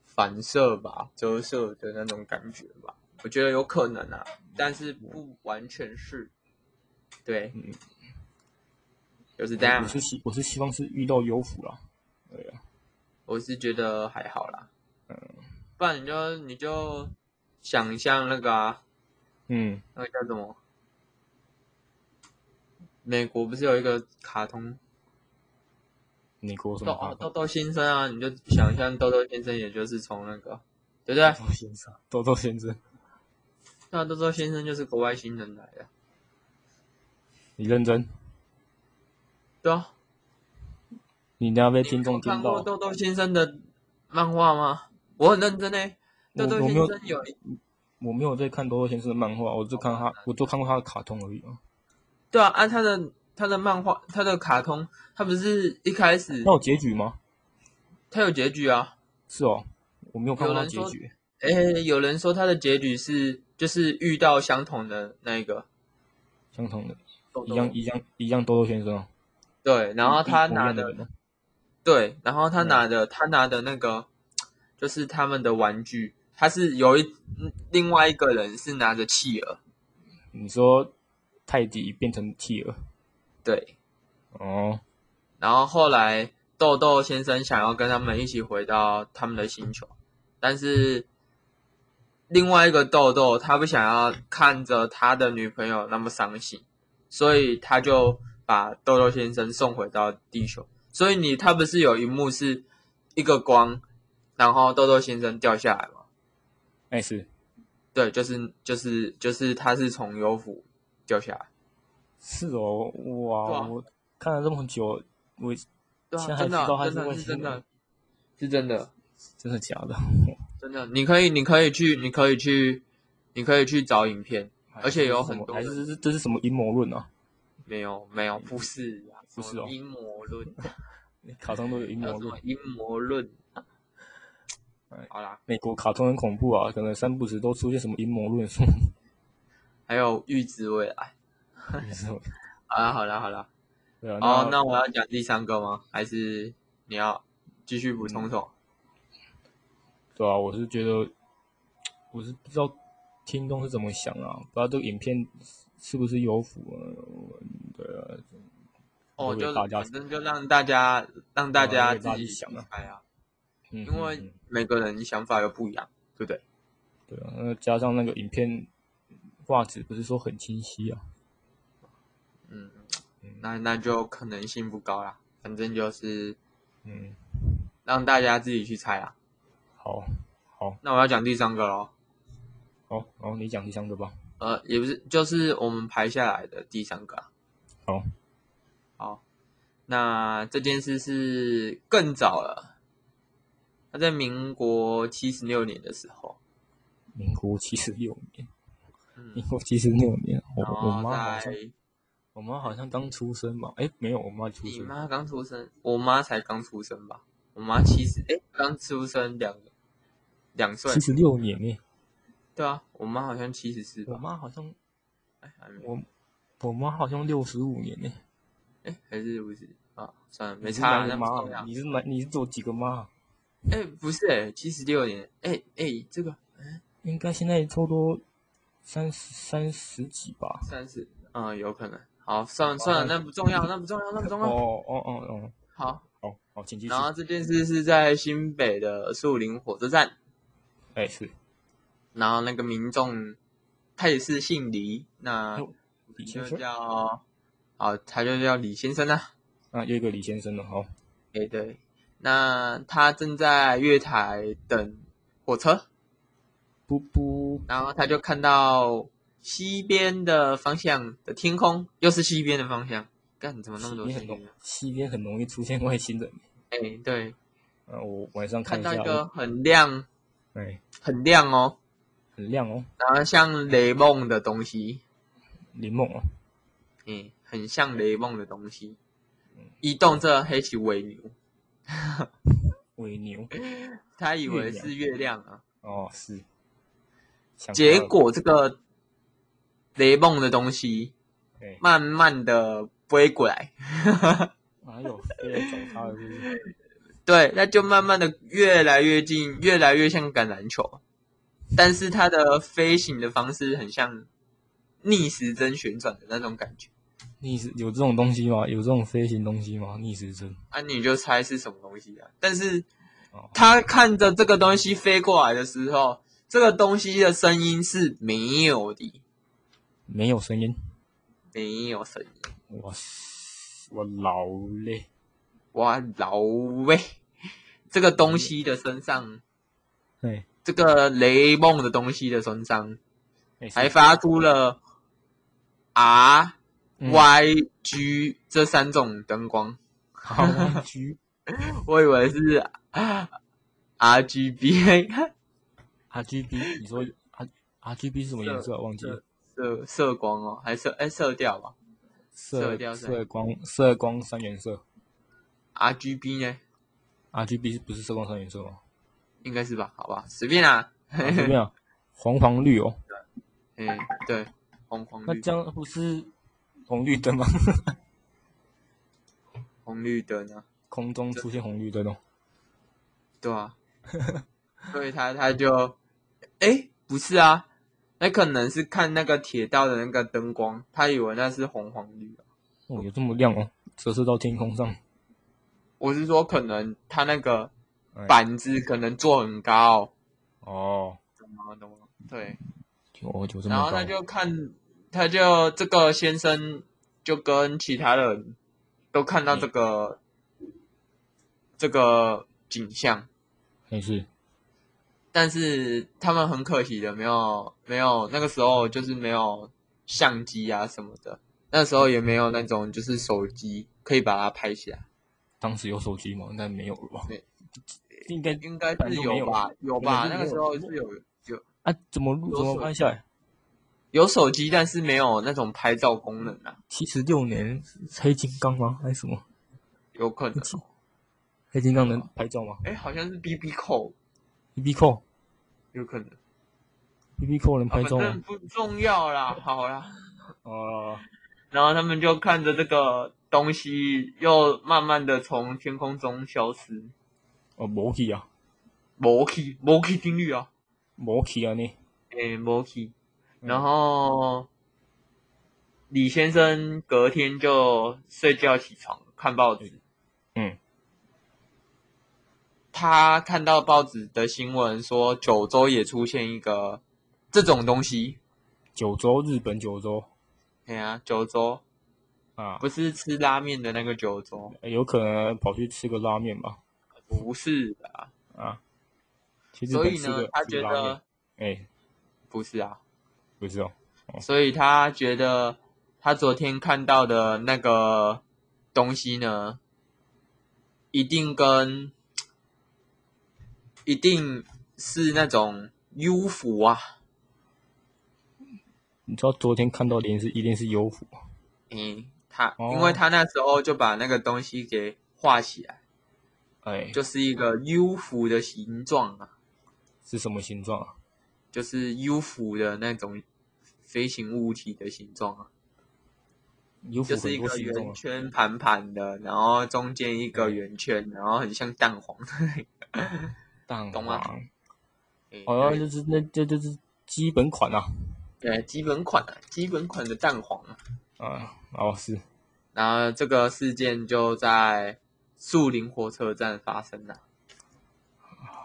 反射吧，折射的那种感觉吧，我觉得有可能啊，但是不完全是，对，
嗯
就是这样啊
我。是希我是希望是遇到优抚啦，
我是觉得还好啦，不然你就你就想象那个啊，
嗯，
那个叫什么？美国不是有一个卡通
美国什
豆哦
么卡
豆豆先生啊？你就想象豆豆先生，也就是从那个，对不对？
豆先生，豆豆先生，
那豆豆先生就是国外新人来的，
你认真，
对啊。
你等下被
你
听
没有
众听
看
到
过，豆豆先生的漫画吗？我很认真呢、
我
豆豆
我
先
没有
生有一
我没有在看豆豆先生的漫画，我就看他，我就看过他的卡通而已啊。
对啊，按、他的他的漫画，他的卡通，他不是一开始
那有结局吗？
他有结局啊？
是哦，我没有看过他的
有人
结
说
局。
诶，有人说他的结局是就是遇到相同的那一个
相同的，
豆
一
豆，
样一样一样，豆豆先生哦。
对，然后他
一模一
拿
样的
的
人哦，
对，然后他
嗯
拿的、他拿的那个就是他们的玩具，他是有一嗯另外一个人是拿着企鹅，
你说泰迪变成企鹅
对，
哦，
然后后来豆豆先生想要跟他们一起回到他们的星球，但是另外一个豆豆他不想要看着他的女朋友那么伤心，所以他就把豆豆先生送回到地球。所以你他不是有一幕是一个光，然后豆豆先生掉下来嘛？
那也哎是
对，就是就是就是他是从优浮掉下来。
是哦，
对
哇，
啊
我看了这么久，我
对
现在
啊，
还
真
知
的啊
道他
真
是
的
外
是
星
真的
人，
是真的。
真的假的？
真的，你可以，你可以去，你可以去你可以去找影片，
还
而且有
是什么
很多
还是这是这是什么阴谋论啊？
没有没有，不是啊，
不是哦
什么阴谋 论，
卡通都有阴
还有
谋
什么
论，
阴谋论
哎？
好啦，
美国卡通很恐怖啊，可能三不时都出现什么阴谋论什么
还有预知未来。
的什么的。
好啦好啦好啦，
对啊，
哦，那我要讲第三个吗？还是你要继续
嗯
补充什么？
对啊，我是觉得，我是不知道听众是怎么想啊，不知道这个影片是不是有符合我们的
哦，
留给
就
大家
反正就让大家让大家
留给
自
大家
己
去想啊
猜啊，
嗯，
因
嗯
为
嗯
每个人想法又不一样，对不对？
对啊，那加上那个影片画质不是说很清晰啊，
嗯，那那就可能性不高啦。反正就是
嗯，
让大家自己去猜啦。
好，好，
那我要讲第三个喽，
好，然后你讲第三个吧，
呃，也不是，就是我们排下来的第三个啊。
好，
好，那这件事是更早了，他在民国七十六年的时候，
民国七十六年，
嗯
民，国七十六年，我
然
我
后
妈好
在
像我妈好像刚出生吧？哎，没有，我妈出
你
生，
妈刚出生，我妈才刚出生吧？我妈七十，哎，刚出生两个两岁
七，十六年呢，
对啊，我妈好像七十四
我
吧？
妈好像
哎，还没，
我我妈好像六十五年呢。
哎，还是五十啊？算了，没
你是
差
哪
啊，那
个
不重
妈
要
啊，。你是哪？你是做几个妈啊？
哎，不是哎，七十六年，哎哎，这个
应该现在差不多三十三十几吧？
三十，嗯，有可能。好，算了算了，那不重要，那不重要，那不重
哦
要。
哦哦哦
好，
哦哦，请继续
然。后这件事是在新北的树林火车站，
哎，是
然后那个民众他也是姓李，那
哦李先
就
生
叫啊，他就叫李先生啊。
啊，有一个李先生的哈。
哎，对，那他正在月台等火车，
不不，
然后他就看到西边的方向的天空，又是西边的方向。干，怎么那么
西
多
边
西
很容
边啊？
西边很容易出现外星人。
哎，对，
啊，我晚上看
看
一
到一
下，
个
我
很亮、
哎，
很亮哦，
很亮哦，
然后像雷梦的东西，
林梦哦，
嗯，很像雷梦的东西，移动这黑起尾牛，
伪牛
他以为
月亮
是月亮啊。
哦，是。想
结
到了
果这个雷梦的东西
哎，
慢慢的飞过来，
哪有非要找他的是不是？
对，那就慢慢的越来越近，越来越像橄榄球，但是它的飞行的方式很像逆时针旋转的那种感觉。
逆时有这种东西吗？有这种飞行东西吗？逆时针
啊，你就猜是什么东西啊？但是
哦，
他看着这个东西飞过来的时候，这个东西的声音是没有的，
没有声音。
没有声音。
我我老嘞，
哇，老喂，这个东西的身上
哎，
这个雷梦的东西的身上，
哎
还发出了 R、
嗯
Y、G 这三种灯光。
好 YG
我以为是 R G B
RGB，你啊说 R RGB 是什么颜色啊？忘记了。
色色光哦，还是哎色调吧色调
色
是
色光色光三原色
？R G B 呢，
，RGB 是不是色光三原 色吗？
应该是吧？好吧，随便啦。
啊这边啊，黄黄绿哦，
嗯，对，红黄
那
绿
这样不是红绿灯吗？
红绿灯啊，
空中出现红绿灯哦，
对啊，所以他他就，哎，不是啊，那可能是看那个铁道的那个灯光，他以为那是红黄绿啊。
哦，有这么亮哦，折射到天空上。
我是说，可能他那个
哎
板子可能做很高，
哦，
懂吗？懂吗？对，
就哦就这
然
么
后
高
他，就看，他就这个先生就跟其他人都看到这
嗯
个、这个景象，
没事。
但是他们很可惜的没有没有那个时候就是没有相机啊什么的，那时候也没有那种就是手机可以把它拍起来，
当时有手机吗？应该没有了吧
没？
应该
应该
本来
是
就没有
吧？有吧？
本来就
那个时
没有
候是有有
啊，怎么录怎么拍下来？
有手机，但是没有那种拍照功能啊，
七十六年黑金刚吗？还是什么？
有 可能。
黑金刚能拍照吗
哎、好像是 B B 扣，
？B B 扣
有可能。
B B 扣能
啊
拍
反
照吗
正？不重要啦，好啦。
啊，
然后他们就看着这个东西，又慢慢的从天空中消失。
哦，摩去啊，
摩奇，摩奇定律啊，
摩去啊你。
诶、摩奇。
嗯
然后李先生隔天就睡觉起床看报纸，
嗯，
他看到报纸的新闻说九州也出现一个这种东西。
九州日本九州
哎呀、九州
啊，
不是吃拉面的那个九州，
有可能跑去吃个拉面吧？
不是的啊。
啊，去日
所
本
以
吃
呢
个，
他
吃
觉
个拉面
得。
哎，
不是啊，
不是哦，
所以他觉得他昨天看到的那个东西呢，一定跟一定是那种幽浮啊，
你知道昨天看到的一定是一定是优抚
嗯，他
哦
因为他那时候就把那个东西给画起来，
哎，
就是一个幽浮的形状啊，
是什么形状啊？
就是幽浮的那种飞行物体的形状啊。
优
就
抚
是
很
一
多
个
形状
圆
啊，嗯
圈盘盘的，然后中间一个圆圈，然后很像蛋黄。
蛋
懂吗
黄，
诶
好像哦就是那这就是基本款啊，
对，基本款啊，基本款的蛋黄啊。
啊，哦是，
然后这个事件就在树林火车站发生了，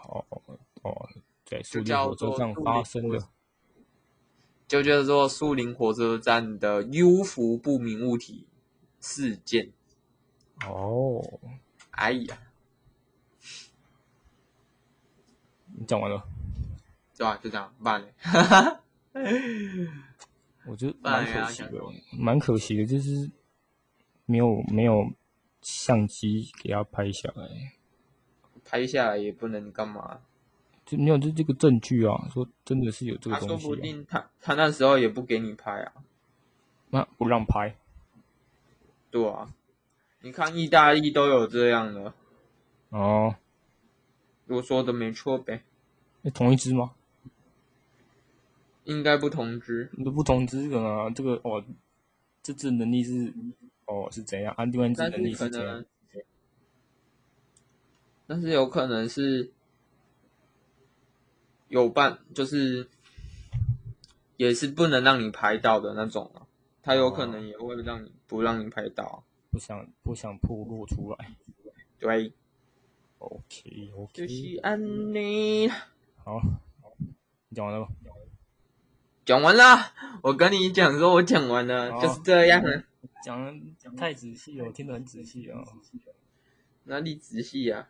哦哦，在苏
就
黎
叫
火车
做
站
树
发
林
生
火
的
车就叫做树林火车站的幽浮不明物体事件。
哦，
哎呀，
你讲完了，
对吧、就这样，办了。
我觉得
不然
蛮
还
可
要
惜
啊讲
的
什么，
蛮可惜的，就是没有没有相机给他拍下来，
拍下来也不能干嘛，
就没有就这个证据啊，说真的是有这个
他说
东
不
西啊，
定他他那时候也不给你拍啊。
那不让拍，
对啊，你看意大利都有这样的，
哦，
我说的没错呗，
那同一只吗？
应该不同之。
那不同只可能啊，这个哦，这只能力是哦是怎样啊？另外一只
但
能力
是
是
可
怎样
能？，但是有可能是有办，就是也是不能让你拍到的那种啊。他有可能也会让你不让你拍到啊，
不想不想破落出来。
对，
OK
就
OK，
是安妮。
好，你讲完了吗？
讲完啦，我跟你讲说，我讲完了，
好
就是这样啊，
讲的太仔细了，我听得很仔细哦。
哪里仔细啊？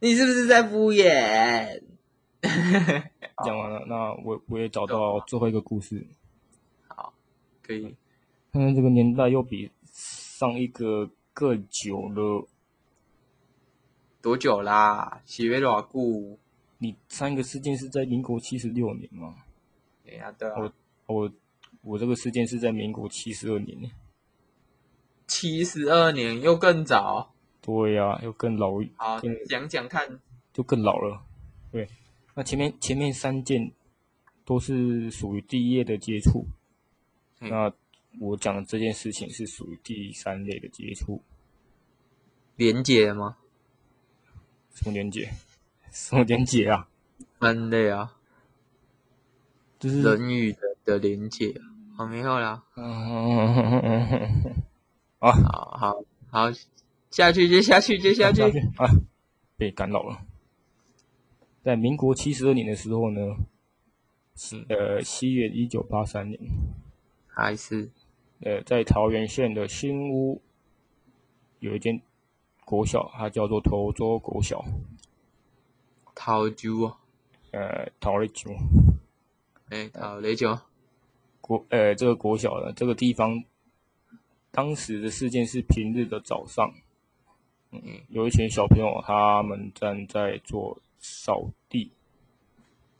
你是不是在敷衍？
讲完了，啊那我我也找到最后一个故事。
可以，
看看这个年代又比上一个更久了。
多久啦？啊喜悦多久？
你上一个事件是在民国七十六年吗？
哎呀，对
我
啊，
我我这个事件是在民国七十二年呢。
七十二年又更早。
对呀、又更老一
好
更，
讲讲看。
就更老了。对，那前面前面三件都是属于第一页的接触，
嗯
那我讲的这件事情是属于第三类的接触。
连结吗？
什么连接？ 什么连接啊？
分类啊，
就是
人与人的连结。好，没有啦。
嗯，啊，
好好好，下去接下去接下去
下。去啊，被干扰了。在民国七十二年的时候呢，
嗯
呃，西元一九八三年，
还是
呃，在桃园县的新屋有一间国小，它叫做头洲国小，
桃酒啊？
呃，桃雷九
哎，桃雷酒。
国，呃，这个国小呢，这个地方，当时的事件是平日的早上，
嗯
有一群小朋友他们正在做扫地，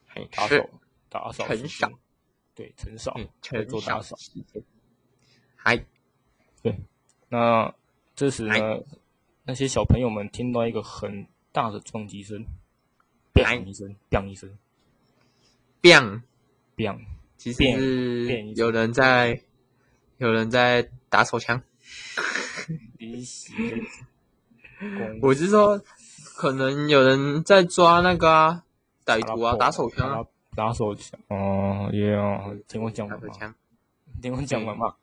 嘿
打
是
扫打扫
很
时
少
间，对，很少
嗯，
会做
很少
打扫。
时间。还
那这时
哎
呢，那些小朋友们听到一个很大的撞击声，砰一声，砰一声，
biang，
砰，
其实
变变
是
一种
有人在有人在打手枪。
离席。公
我是说，可能有人在抓那个啊歹徒啊，
破
打手枪啊，
打打手枪，哦，也有，听我讲
打
完
手
嘛，
枪。
听我讲完嘛。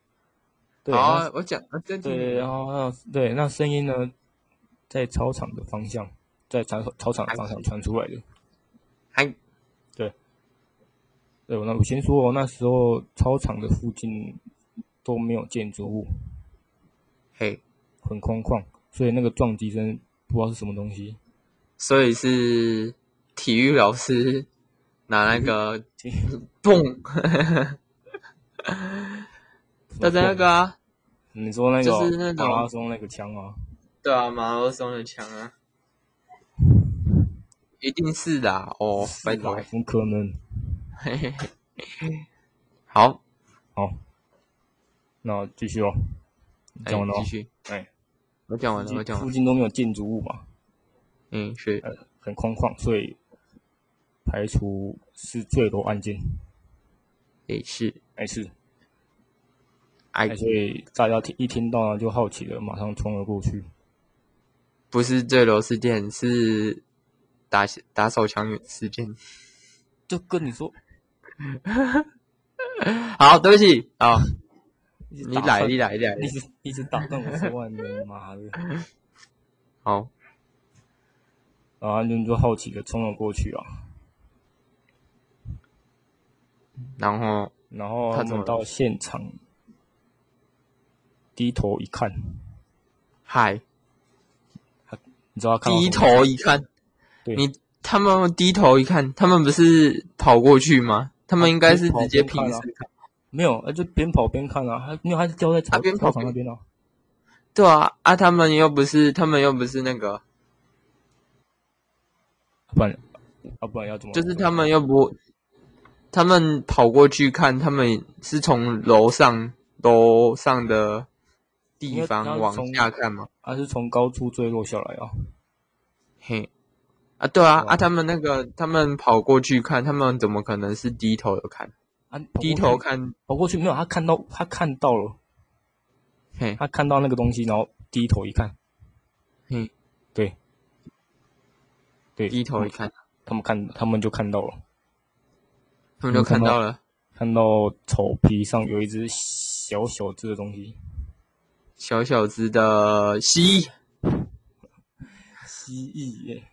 对，
嗯好
那
啊，我讲，啊对
对，然后那对那声音呢，在操场的方向，在操操场的方向传出来的。
还
对，我那我先说、哦，那时候操场的附近都没有建筑物，
嘿，
很空旷，所以那个撞击声不知道是什么东西。
所以是体育老师拿那 个
体
蹦，大家那个啊，
你说那个
就
哦、
是那种
马拉松那个枪啊？
对啊，马拉松的枪啊，一定是的啊哦，拜
是吧
拜，
怎么可能？
嘿嘿嘿，好，
好，那继续哦。你
哎
讲完了哦、
继续，
哎，
我讲完了，
附
我
近
讲完
附
了，
近都没有建筑物嘛，
嗯，是
很空旷，所以排除是坠楼案件，
也是，
没事。
哎
哎，，所以大家听一听到呢，就好奇了，马上冲了过去。
不是坠楼事件，是打打手枪事件。
就跟你说，
好，对不起，好，
你
你来，你来，你来，
一直一直打断我说话，你妈的！
好，
然后你就好奇的冲了过去啊，
然后
然后
他
他
怎么
们
了
到现场，低头一看，
嗨，
你知道他看到
低
什么吗
头一看，
对
你他们低头一看，他们不是跑过去吗？他们应该是直接平
边啊跑
视看，
没有，他就边跑边看啊，他没有，他是掉在
他
草
边跑
操场那边啊，
对啊，啊，他们又不是，他们又不是那
哦
个，
不然啊不然要怎么？
就是他们又不，他们跑过去看，他们是从楼上楼上的
因
地
为他
方
是
往
从
下看吗？
他是从高处坠落下来啊，
嘿，啊，对啊，
对啊
啊，他们那个，他们跑过去看，他们怎么可能是低头的看？
啊
低头看，
跑过去没有？他看到他看到了，
嘿，
他看到那个东西，然后低头一看，
嘿，
对，对，
低头一看，
他们看他们就看到了，
他们就看
看到
到了
看到草皮上有一只小小只的东西，
小小只的蜥蜴，
蜥蜴耶，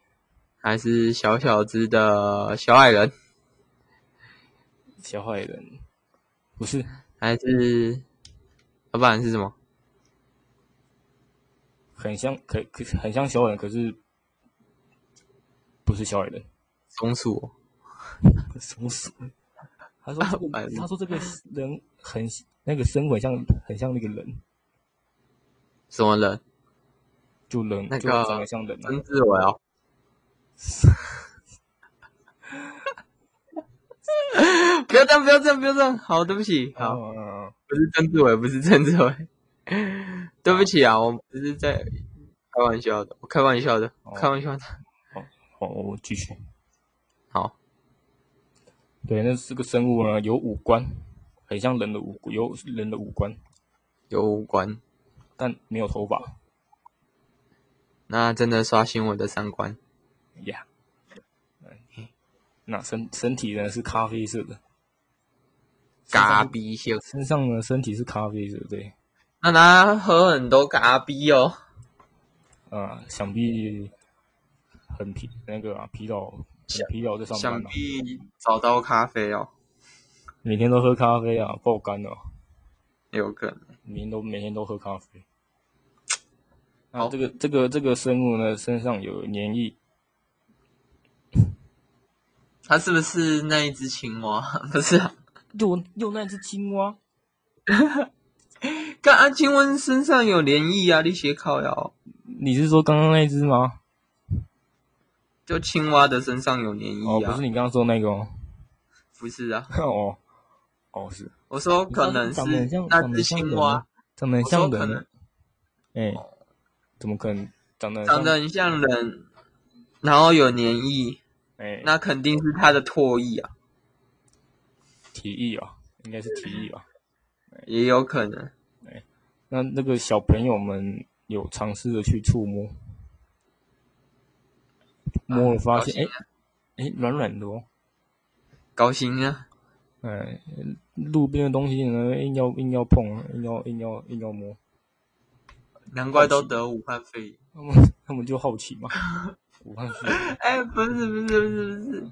还是小小只的小矮人，
小矮人，不是
还是，要不然是什么？
很像，可可很像小矮人，可是不是小矮人，
松鼠哦？
松鼠。他说这
白
个
目，
他说这个人很那个生活很像很像那个人，
什么人？
就人
那
就
个
长得像人啊。
曾志伟哦？ 不要这样，不要这样，不要这样。好，对不起，好。
嗯，
不是曾志伟，不是曾志伟。对不起啊，我不是在开玩笑的，我开玩笑的，
哦
开玩笑的。
好，我继续。
好，
对，那这个生物呢，有五官，很像人的五有人的五官，
有无关，
但没有头发
那真的刷新我的三观。
呀。那身身体呢是咖啡色的，身上
嘎逼秀，
身上呢身体是咖啡色的，对，
那他喝很多嘎逼哦。
啊、想必很疲那个、啊、疲劳，很疲劳在上
想
班、啊，
必找到咖啡哦，
每天都喝咖啡啊，爆肝了、
有可能。
每天都每天都喝咖啡。
好
那这个这个这个生物呢，身上有黏液，
他是不是那一只青蛙？ 不是、啊，
有有那只青蛙，
看啊，青蛙身上有涟漪啊，你斜靠摇，
你是说刚刚那只吗？
就青蛙的身上有涟
哦，
漪
不
啊
是。你刚刚说那个哦，
不是啊，
哦，哦是，
我说可能是
长得很像
那
长得
只
像人
青
吗
蛙，
长得很
我说
像
可
人
能，
哎、怎么可能长得很
长
像
得很像人，然后有黏液，
哎、
那肯定是它的唾液啊，
提议啊？应该是提议吧？
也有可能。
那那个小朋友们有尝试着去触摸，摸了发现，哎
高兴啊
哎、软软的哦。
高兴啊，
哎，路边的东西呢，硬要硬要碰，啊硬要硬要硬要摸，
难怪都得武汉肺炎。
他们他们就好 奇嘛。武汉肺炎
哎，不是不是不是不是，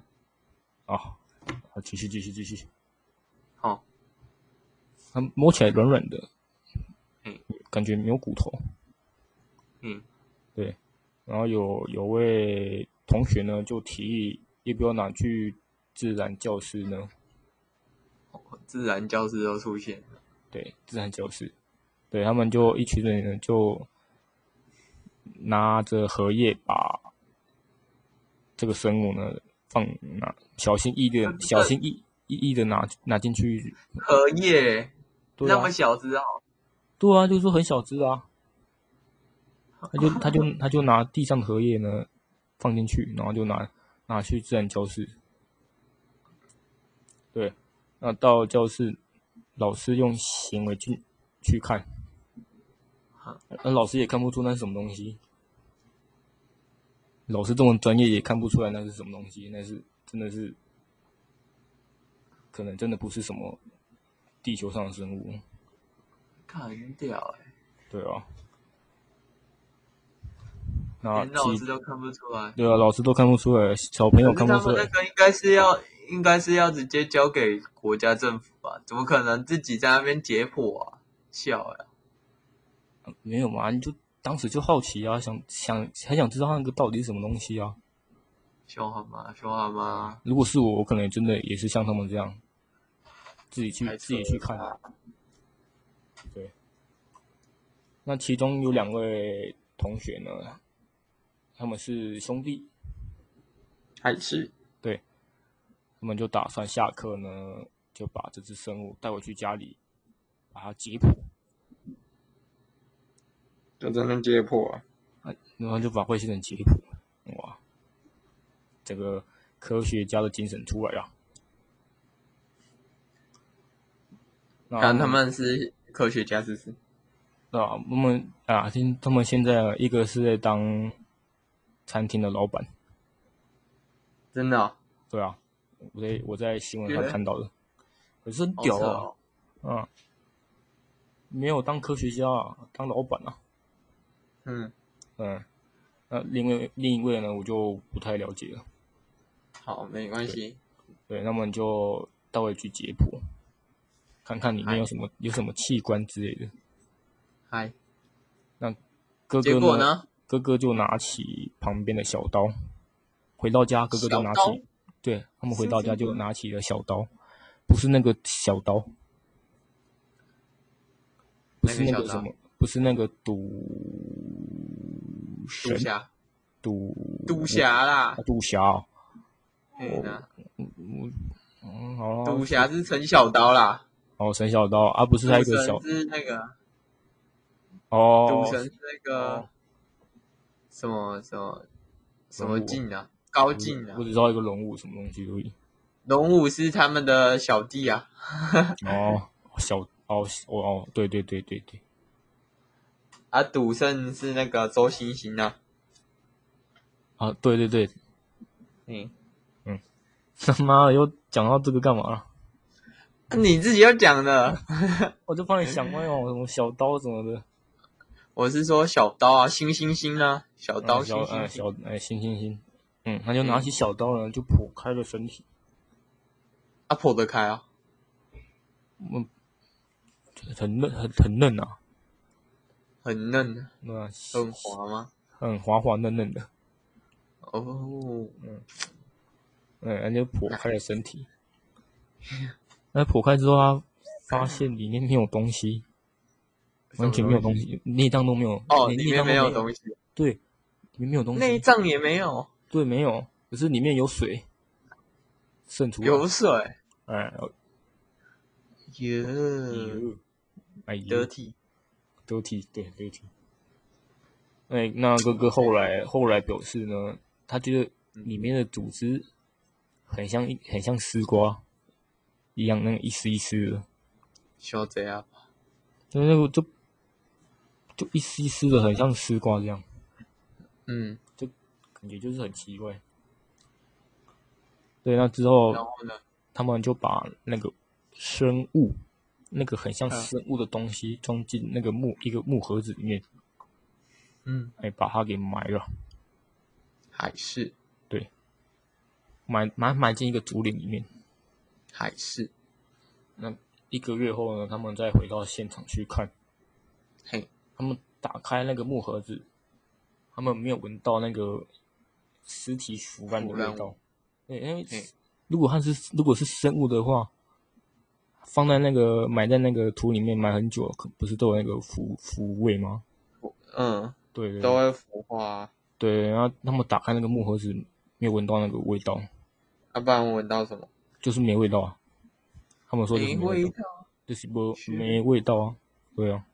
啊，好继续继续继续，
好，
它摸起来软软的，
嗯，
感觉没有骨头，
嗯，
对。然后有有位同学呢，就提议要不要拿去自然教室呢？
自然教师都出现。
对，自然教室，对他们就一群人呢就拿着荷叶把这个生物呢放拿，小心翼翼的，小心翼翼翼的拿拿进去，
荷叶
对
那
啊
么，小只哦，
对啊，就是说很小只啊，他就他就他就拿地上的荷叶呢放进去，然后就拿拿去自然教室，对，那到教室，老师用显微镜去看呃
好，
那老师也看不出那是什么东西。老师这么专业也看不出来那是什么东西，那是真的是，可能真的不是什么地球上的生物，
看很屌哎、
对啊。那
连哎老
其
师都看不出来。
对啊，老师都看不出来，小朋友看
可是
不
他
出
们那
来，
个应该是要，应该是要直接交给国家政府吧？怎么可能自己在那边解剖啊？笑呀、
没有嘛？你就当时就好奇啊，想想很想知道那个到底是什么东西啊。
凶好吗？凶好吗？
如果是我，我可能真的也是像他们这样，自己去
太
自己
扯
去
了
看
吧。
对，那其中有两位同学呢，他们是兄弟，
还是
他们就打算下课呢，就把这只生物带回去家里，把它解剖，
就在那解剖啊？
然后就把外星人解剖。哇，这个科学家的精神啊出来了。那
看啊他们是科学家，是不是？
啊，他们啊，现他们现在一个是在当餐厅的老板，
真的、哦，
对啊，我在我在新闻上
对
看到的，可是很
好
屌
扯
啊，
哦！
嗯，没有当科学家啊，当老板啊，
嗯，
嗯，那另外另一位呢，我就不太了解了，
好，没关系。
对，那么你就带回去解剖，看看
哎
里面有什么有什么器官之类的。
嗨，
哥哥
结果呢？
哥哥就拿起旁边的小刀，回到家，哥哥就拿
小刀
起，对他们回到家
神经
就
病
拿起了小刀，不是那个小刀，不是那
哪个
个
小
什
刀
么，不是那个赌
毒
神
侠，
赌
毒侠啦
啊，赌侠嗯哦，
嗯啊，
嗯，好
毒
啦，
侠是陈小刀啦，
哦，神小刀啊，不是
赌
还有一
神
个小
是那个，赌
哦，
神是那
哦
个什么什么什么
龙武
镜啊，高
我
进啊
我，只知道一个龙武什么东西而已，
龙武是他们的小弟啊，
哦，小哦哦哦，对对对对对，
啊，赌圣是那个周星星啊，
啊，对对 对，
嗯，
他妈的，又讲到这个干嘛了？
啊你自己要讲的，
我就帮你想歪哦，什么小刀什么的，
我是说小刀啊，星星星啊，小
嗯
刀
小
星
哎
星星，
小哎行行行，嗯，他就拿起小刀呢，就剖开了身体，
啊，破得开啊，
嗯，很嫩很很嫩啊，
很嫩啊，
对吧？
很滑吗？
很滑滑嫩嫩的，
哦，
嗯，他就剖开了身 体，那剖开之后，他发现里面没有东西，完全没有东西，内脏都没有，
哦，
连
里
内
面
脏
没
都
有
没有，
东西，
对，里面没有东
内
西，
脏也没有，
对，没有，可是里面有水渗出来，
有水，
哎、哎，
耶、
呦哎呦，
呃得体。
得体，对得体。哎，那哥哥后来后来表示呢，他觉得里面的组织很像一很像丝瓜一样，那个一丝一丝的，
需要这样。
就那个就就一丝一丝的，很像丝瓜这样，
嗯，
感觉就是很奇怪。对，那之后
然后呢？
他们就把那个生物，那个很像
嗯
生物的东西装进那个木一个木盒子里面，
嗯，
哎，把它给埋了，
还是
埋埋埋进一个竹林里面。
还是
那一个月后呢，他们再回到现场去看，
嘿，
他们打开那个木盒子，他们没有闻到那个尸体腐烂的
腐烂嗯
味道。对，因为
嘿
如果它是如果是生物的话，放在那个埋在那个土里面埋很久，可不是都有那个腐腐味吗？
嗯，
对对
都
对
会腐化啊，
对，然后他们打开那个木盒子，没有闻到那个味道，
啊，不然我闻到什么？
就是没味道啊。他们说就是
没
没味
味
道，
道，
就是不
是
没味道啊，对啊，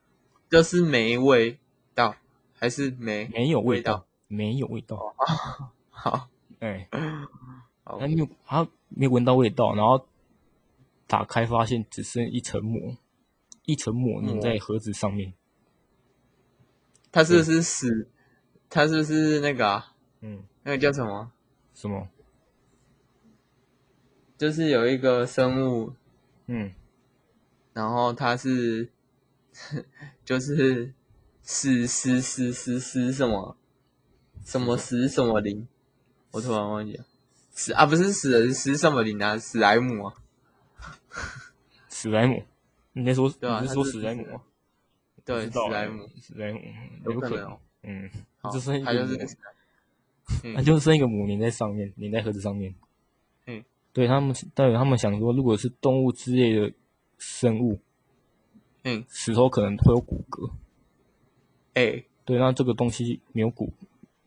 这是没味道，还是没
没有味
味道哦
道，没有味道，
好？
哎。
好
他，没有，他没有闻到味道，然后打开发现只剩一层膜，一层膜粘在盒子上面。
他是不是死？他是不是那个啊？
嗯，
那个叫什么？
什么？
就是有一个生物，
嗯，
然后它是 就是死死死死死什么什么死什么灵，我突然忘记了。死啊，不是死人，死什么灵啊？史莱姆啊，
史莱姆？你在说
对啊
你是说
他是
史莱姆吗？
对，
不
史
知道啊
莱姆，，
史莱姆
有
有
可
可
能
能
哦。
嗯，
好
就剩一
它
个
就是
膜
个史莱姆
它
嗯，
就剩一个膜粘在上面，粘在盒子上面。
嗯，
对他们，但他们想说，如果是动物之类的生物，
嗯，
石头可能会有骨骼。
哎、
对，那这个东西没有骨，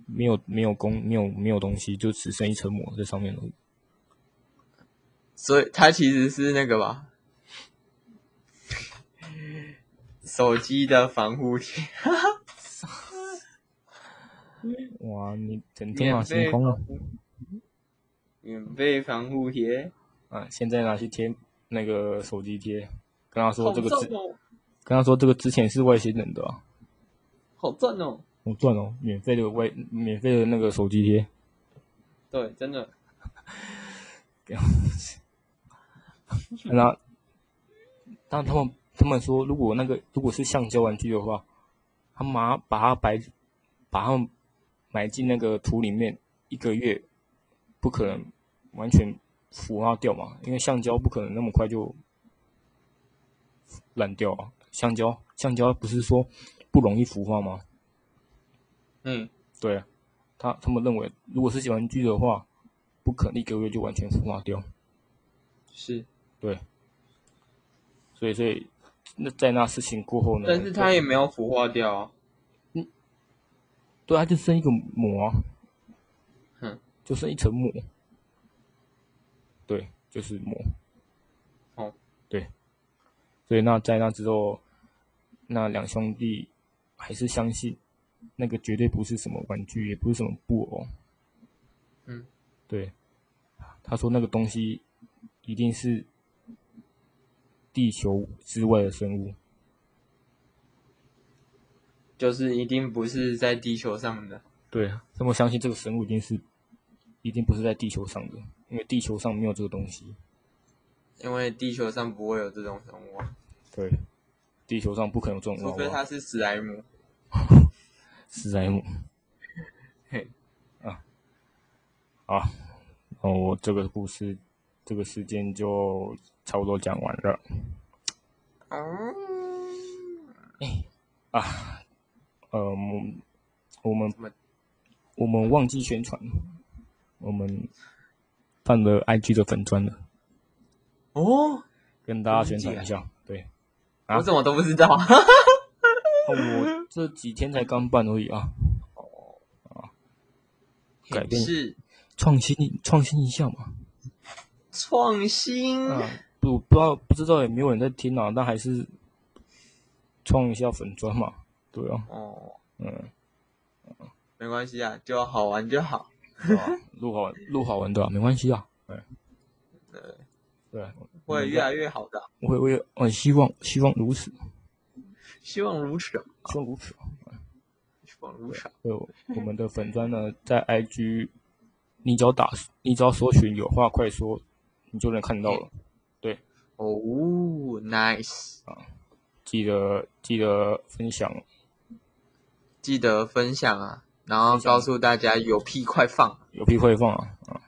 没有没有工，没有没有东西，就只剩一层膜在上面了。
所以它其实是那个吧，手机的防护贴，
哇，你整天
免
马
费
行空啊
防
了
护，免费防护贴，
啊！现在拿去贴那个手机贴，跟他说
好
这个
赚
之，
哦，
跟他说这个之前是外星人的、啊，
好赚哦，
我赚哦，免费的外免费的那个手机贴，
对，真的，
然后，但他们他们说，如果那个如果是橡胶玩具的话，他妈把它摆，把它们埋进那个土里面，一个月不可能完全腐化掉嘛，因为橡胶不可能那么快就烂掉啊。橡胶橡胶不是说不容易腐化吗？
嗯，
对啊，他他们认为如果是玩具的话，不可能一个月就完全腐化掉。
是，
对，所以所以那在那事情过后呢，
但是它也没有腐化掉啊，
对啊它就剩一个膜啊，
哼，
就剩一层膜，对，就是膜，
哦，
对，所以那在那之后，那两兄弟还是相信那个绝对不是什么玩具，也不是什么布偶，
嗯，
对，他说那个东西一定是地球之外的生物，
就是一定不是在地球上的，
对，啊那么相信这个生物一定是，一定不是在地球上的，因为地球上没有这个东西。
因为地球上不会有这种生物啊，
对，地球上不可能有这种
除
娃
非
娃。
它是史莱姆，
史莱姆
嘿，
啊，那我这个故事，这个事件就差不多讲完了哦
嗯，
啊。呃，我们我们
怎么
我们忘记宣传，我们办了 IG 的粉砖了，
哦，
跟大家
真
宣传
的假
一下。对，啊
我怎么都不知道，
那我这几天才刚办而已啊。改变
哦是。
创新创新一下嘛。
创新，
嗯，不不知道不知道有没有人在听啊，但还是创一下粉砖嘛，对 啊，
哦，
嗯，
没关系啊，就好玩就好。
对啊录好录好玩对吧、没关系啊，对
对，
对，
会越来越好的，
我我也我希望希望如此，
希望如此，
希望如此。
希望如此。
对，我们的粉砖呢，在 IG，你只要打，你只要搜寻“有话快说”，你就能看到了。
哦，nice，
嗯记得记得分享，
记得分享啊，然后告诉大家有屁快放，
有屁会放啊，啊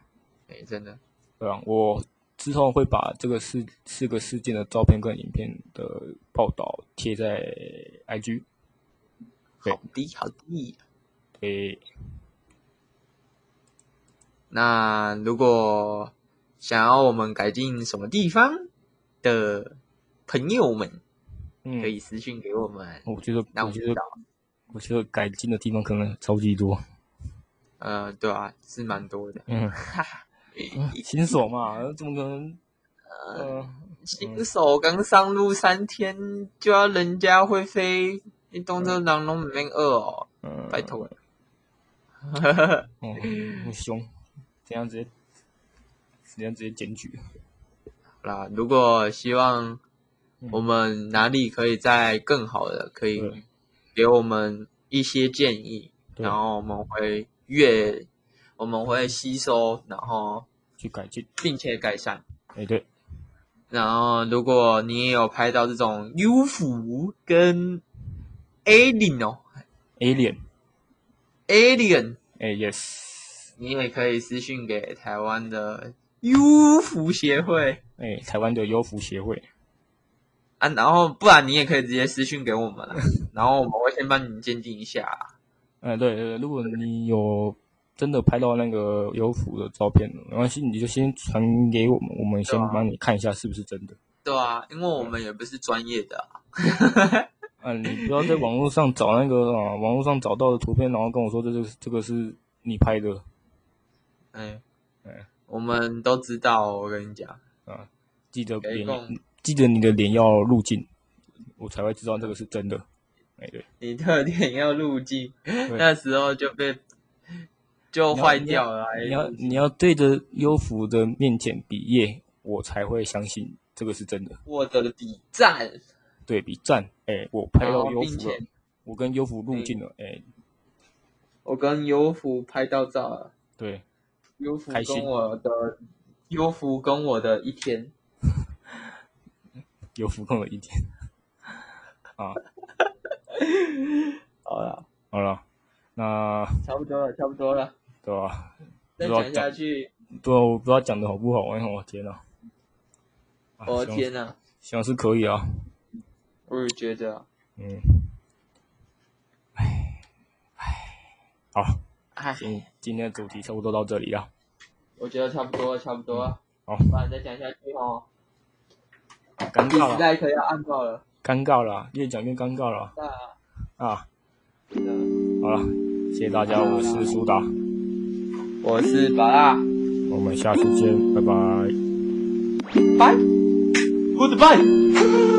哎，真的，
对啊，我之后会把这个事四个事件的照片跟影片的报道贴在 IG，对
好的好的。
给
那如果想要我们改进什么地方的朋友们，
嗯
可，以私信给我们，
我觉得我
让我们
觉
知
得
道。
我觉得改进的地方可能超级多，
呃，对啊，是蛮多的。
嗯，嗯新手嘛，怎么可能？呃，
新手刚上路三天就要人家会飞，你动作狼龙没饿哦，
嗯
拜托。
哦，很凶，怎样直接，怎样直接检举？
啦，如果希望
嗯
我们哪里可以再更好的，可
对
以给我们一些建议，
对
然后我们会越我们会吸收，然后
去改进。
并且改善。
哎、对，
然后，如果你也有拍到这种 U 服跟 alien 哦
Alien，
，alien，
哎、yes，
你也可以私信给台湾的 U 服协会
哎、台湾的优服协会，
啊，然后不然你也可以直接私信给我们 啊，然后我们会先帮你鉴定一下啊、
哎、对对对，如果你有真的拍到那个优服的照片，没关系，你就先传给我们，我们先
对啊
帮你看一下是不是真的。
对啊，因为我们也不是专业的啊、
啊，你不要在网络上找那个啊，网络上找到的图片，然后跟我说这这这个是你拍的
哎，
哎
我们都知道哦，我跟你讲，
啊，记得
给
脸
供，
记得你的脸要入镜，我才会知道这个是真的。哎、对。
你特点要入境，
对
那时候就被就
你要
坏掉了啊，
你要你要对着优芙的面前比耶，我才会相信这个是真的。
握着笔战，
对比赞，哎、我拍
然
到
后
优
并
芙了
且，
我跟优芙入境了，哎、
我跟优福拍到照了，
对，
优福
开心
跟我的优福跟我的一天，
优芙跟我一点。
好了，
好了，那
差不多了，差不多了，
对吧、
再
不知道
讲下去，
对啊，我不知道讲的好不好，哎、我天哪、啊！
我的
希望
天，呐、啊，
希望是可以啊，
我也觉得啊，
嗯，哎，哎，好，
哎，
今今天的主题差不多到这里了，
我觉得差不多了，差不多了，
嗯好
不然再讲下去哦。
尴
第
尬
十
了，
代可要按爆了，
尴尬了，越讲越尴尬了
那
啊！好了，谢谢大家，我是苏打，
我是巴拉，
我们下次见，拜拜。
拜，Goodbye。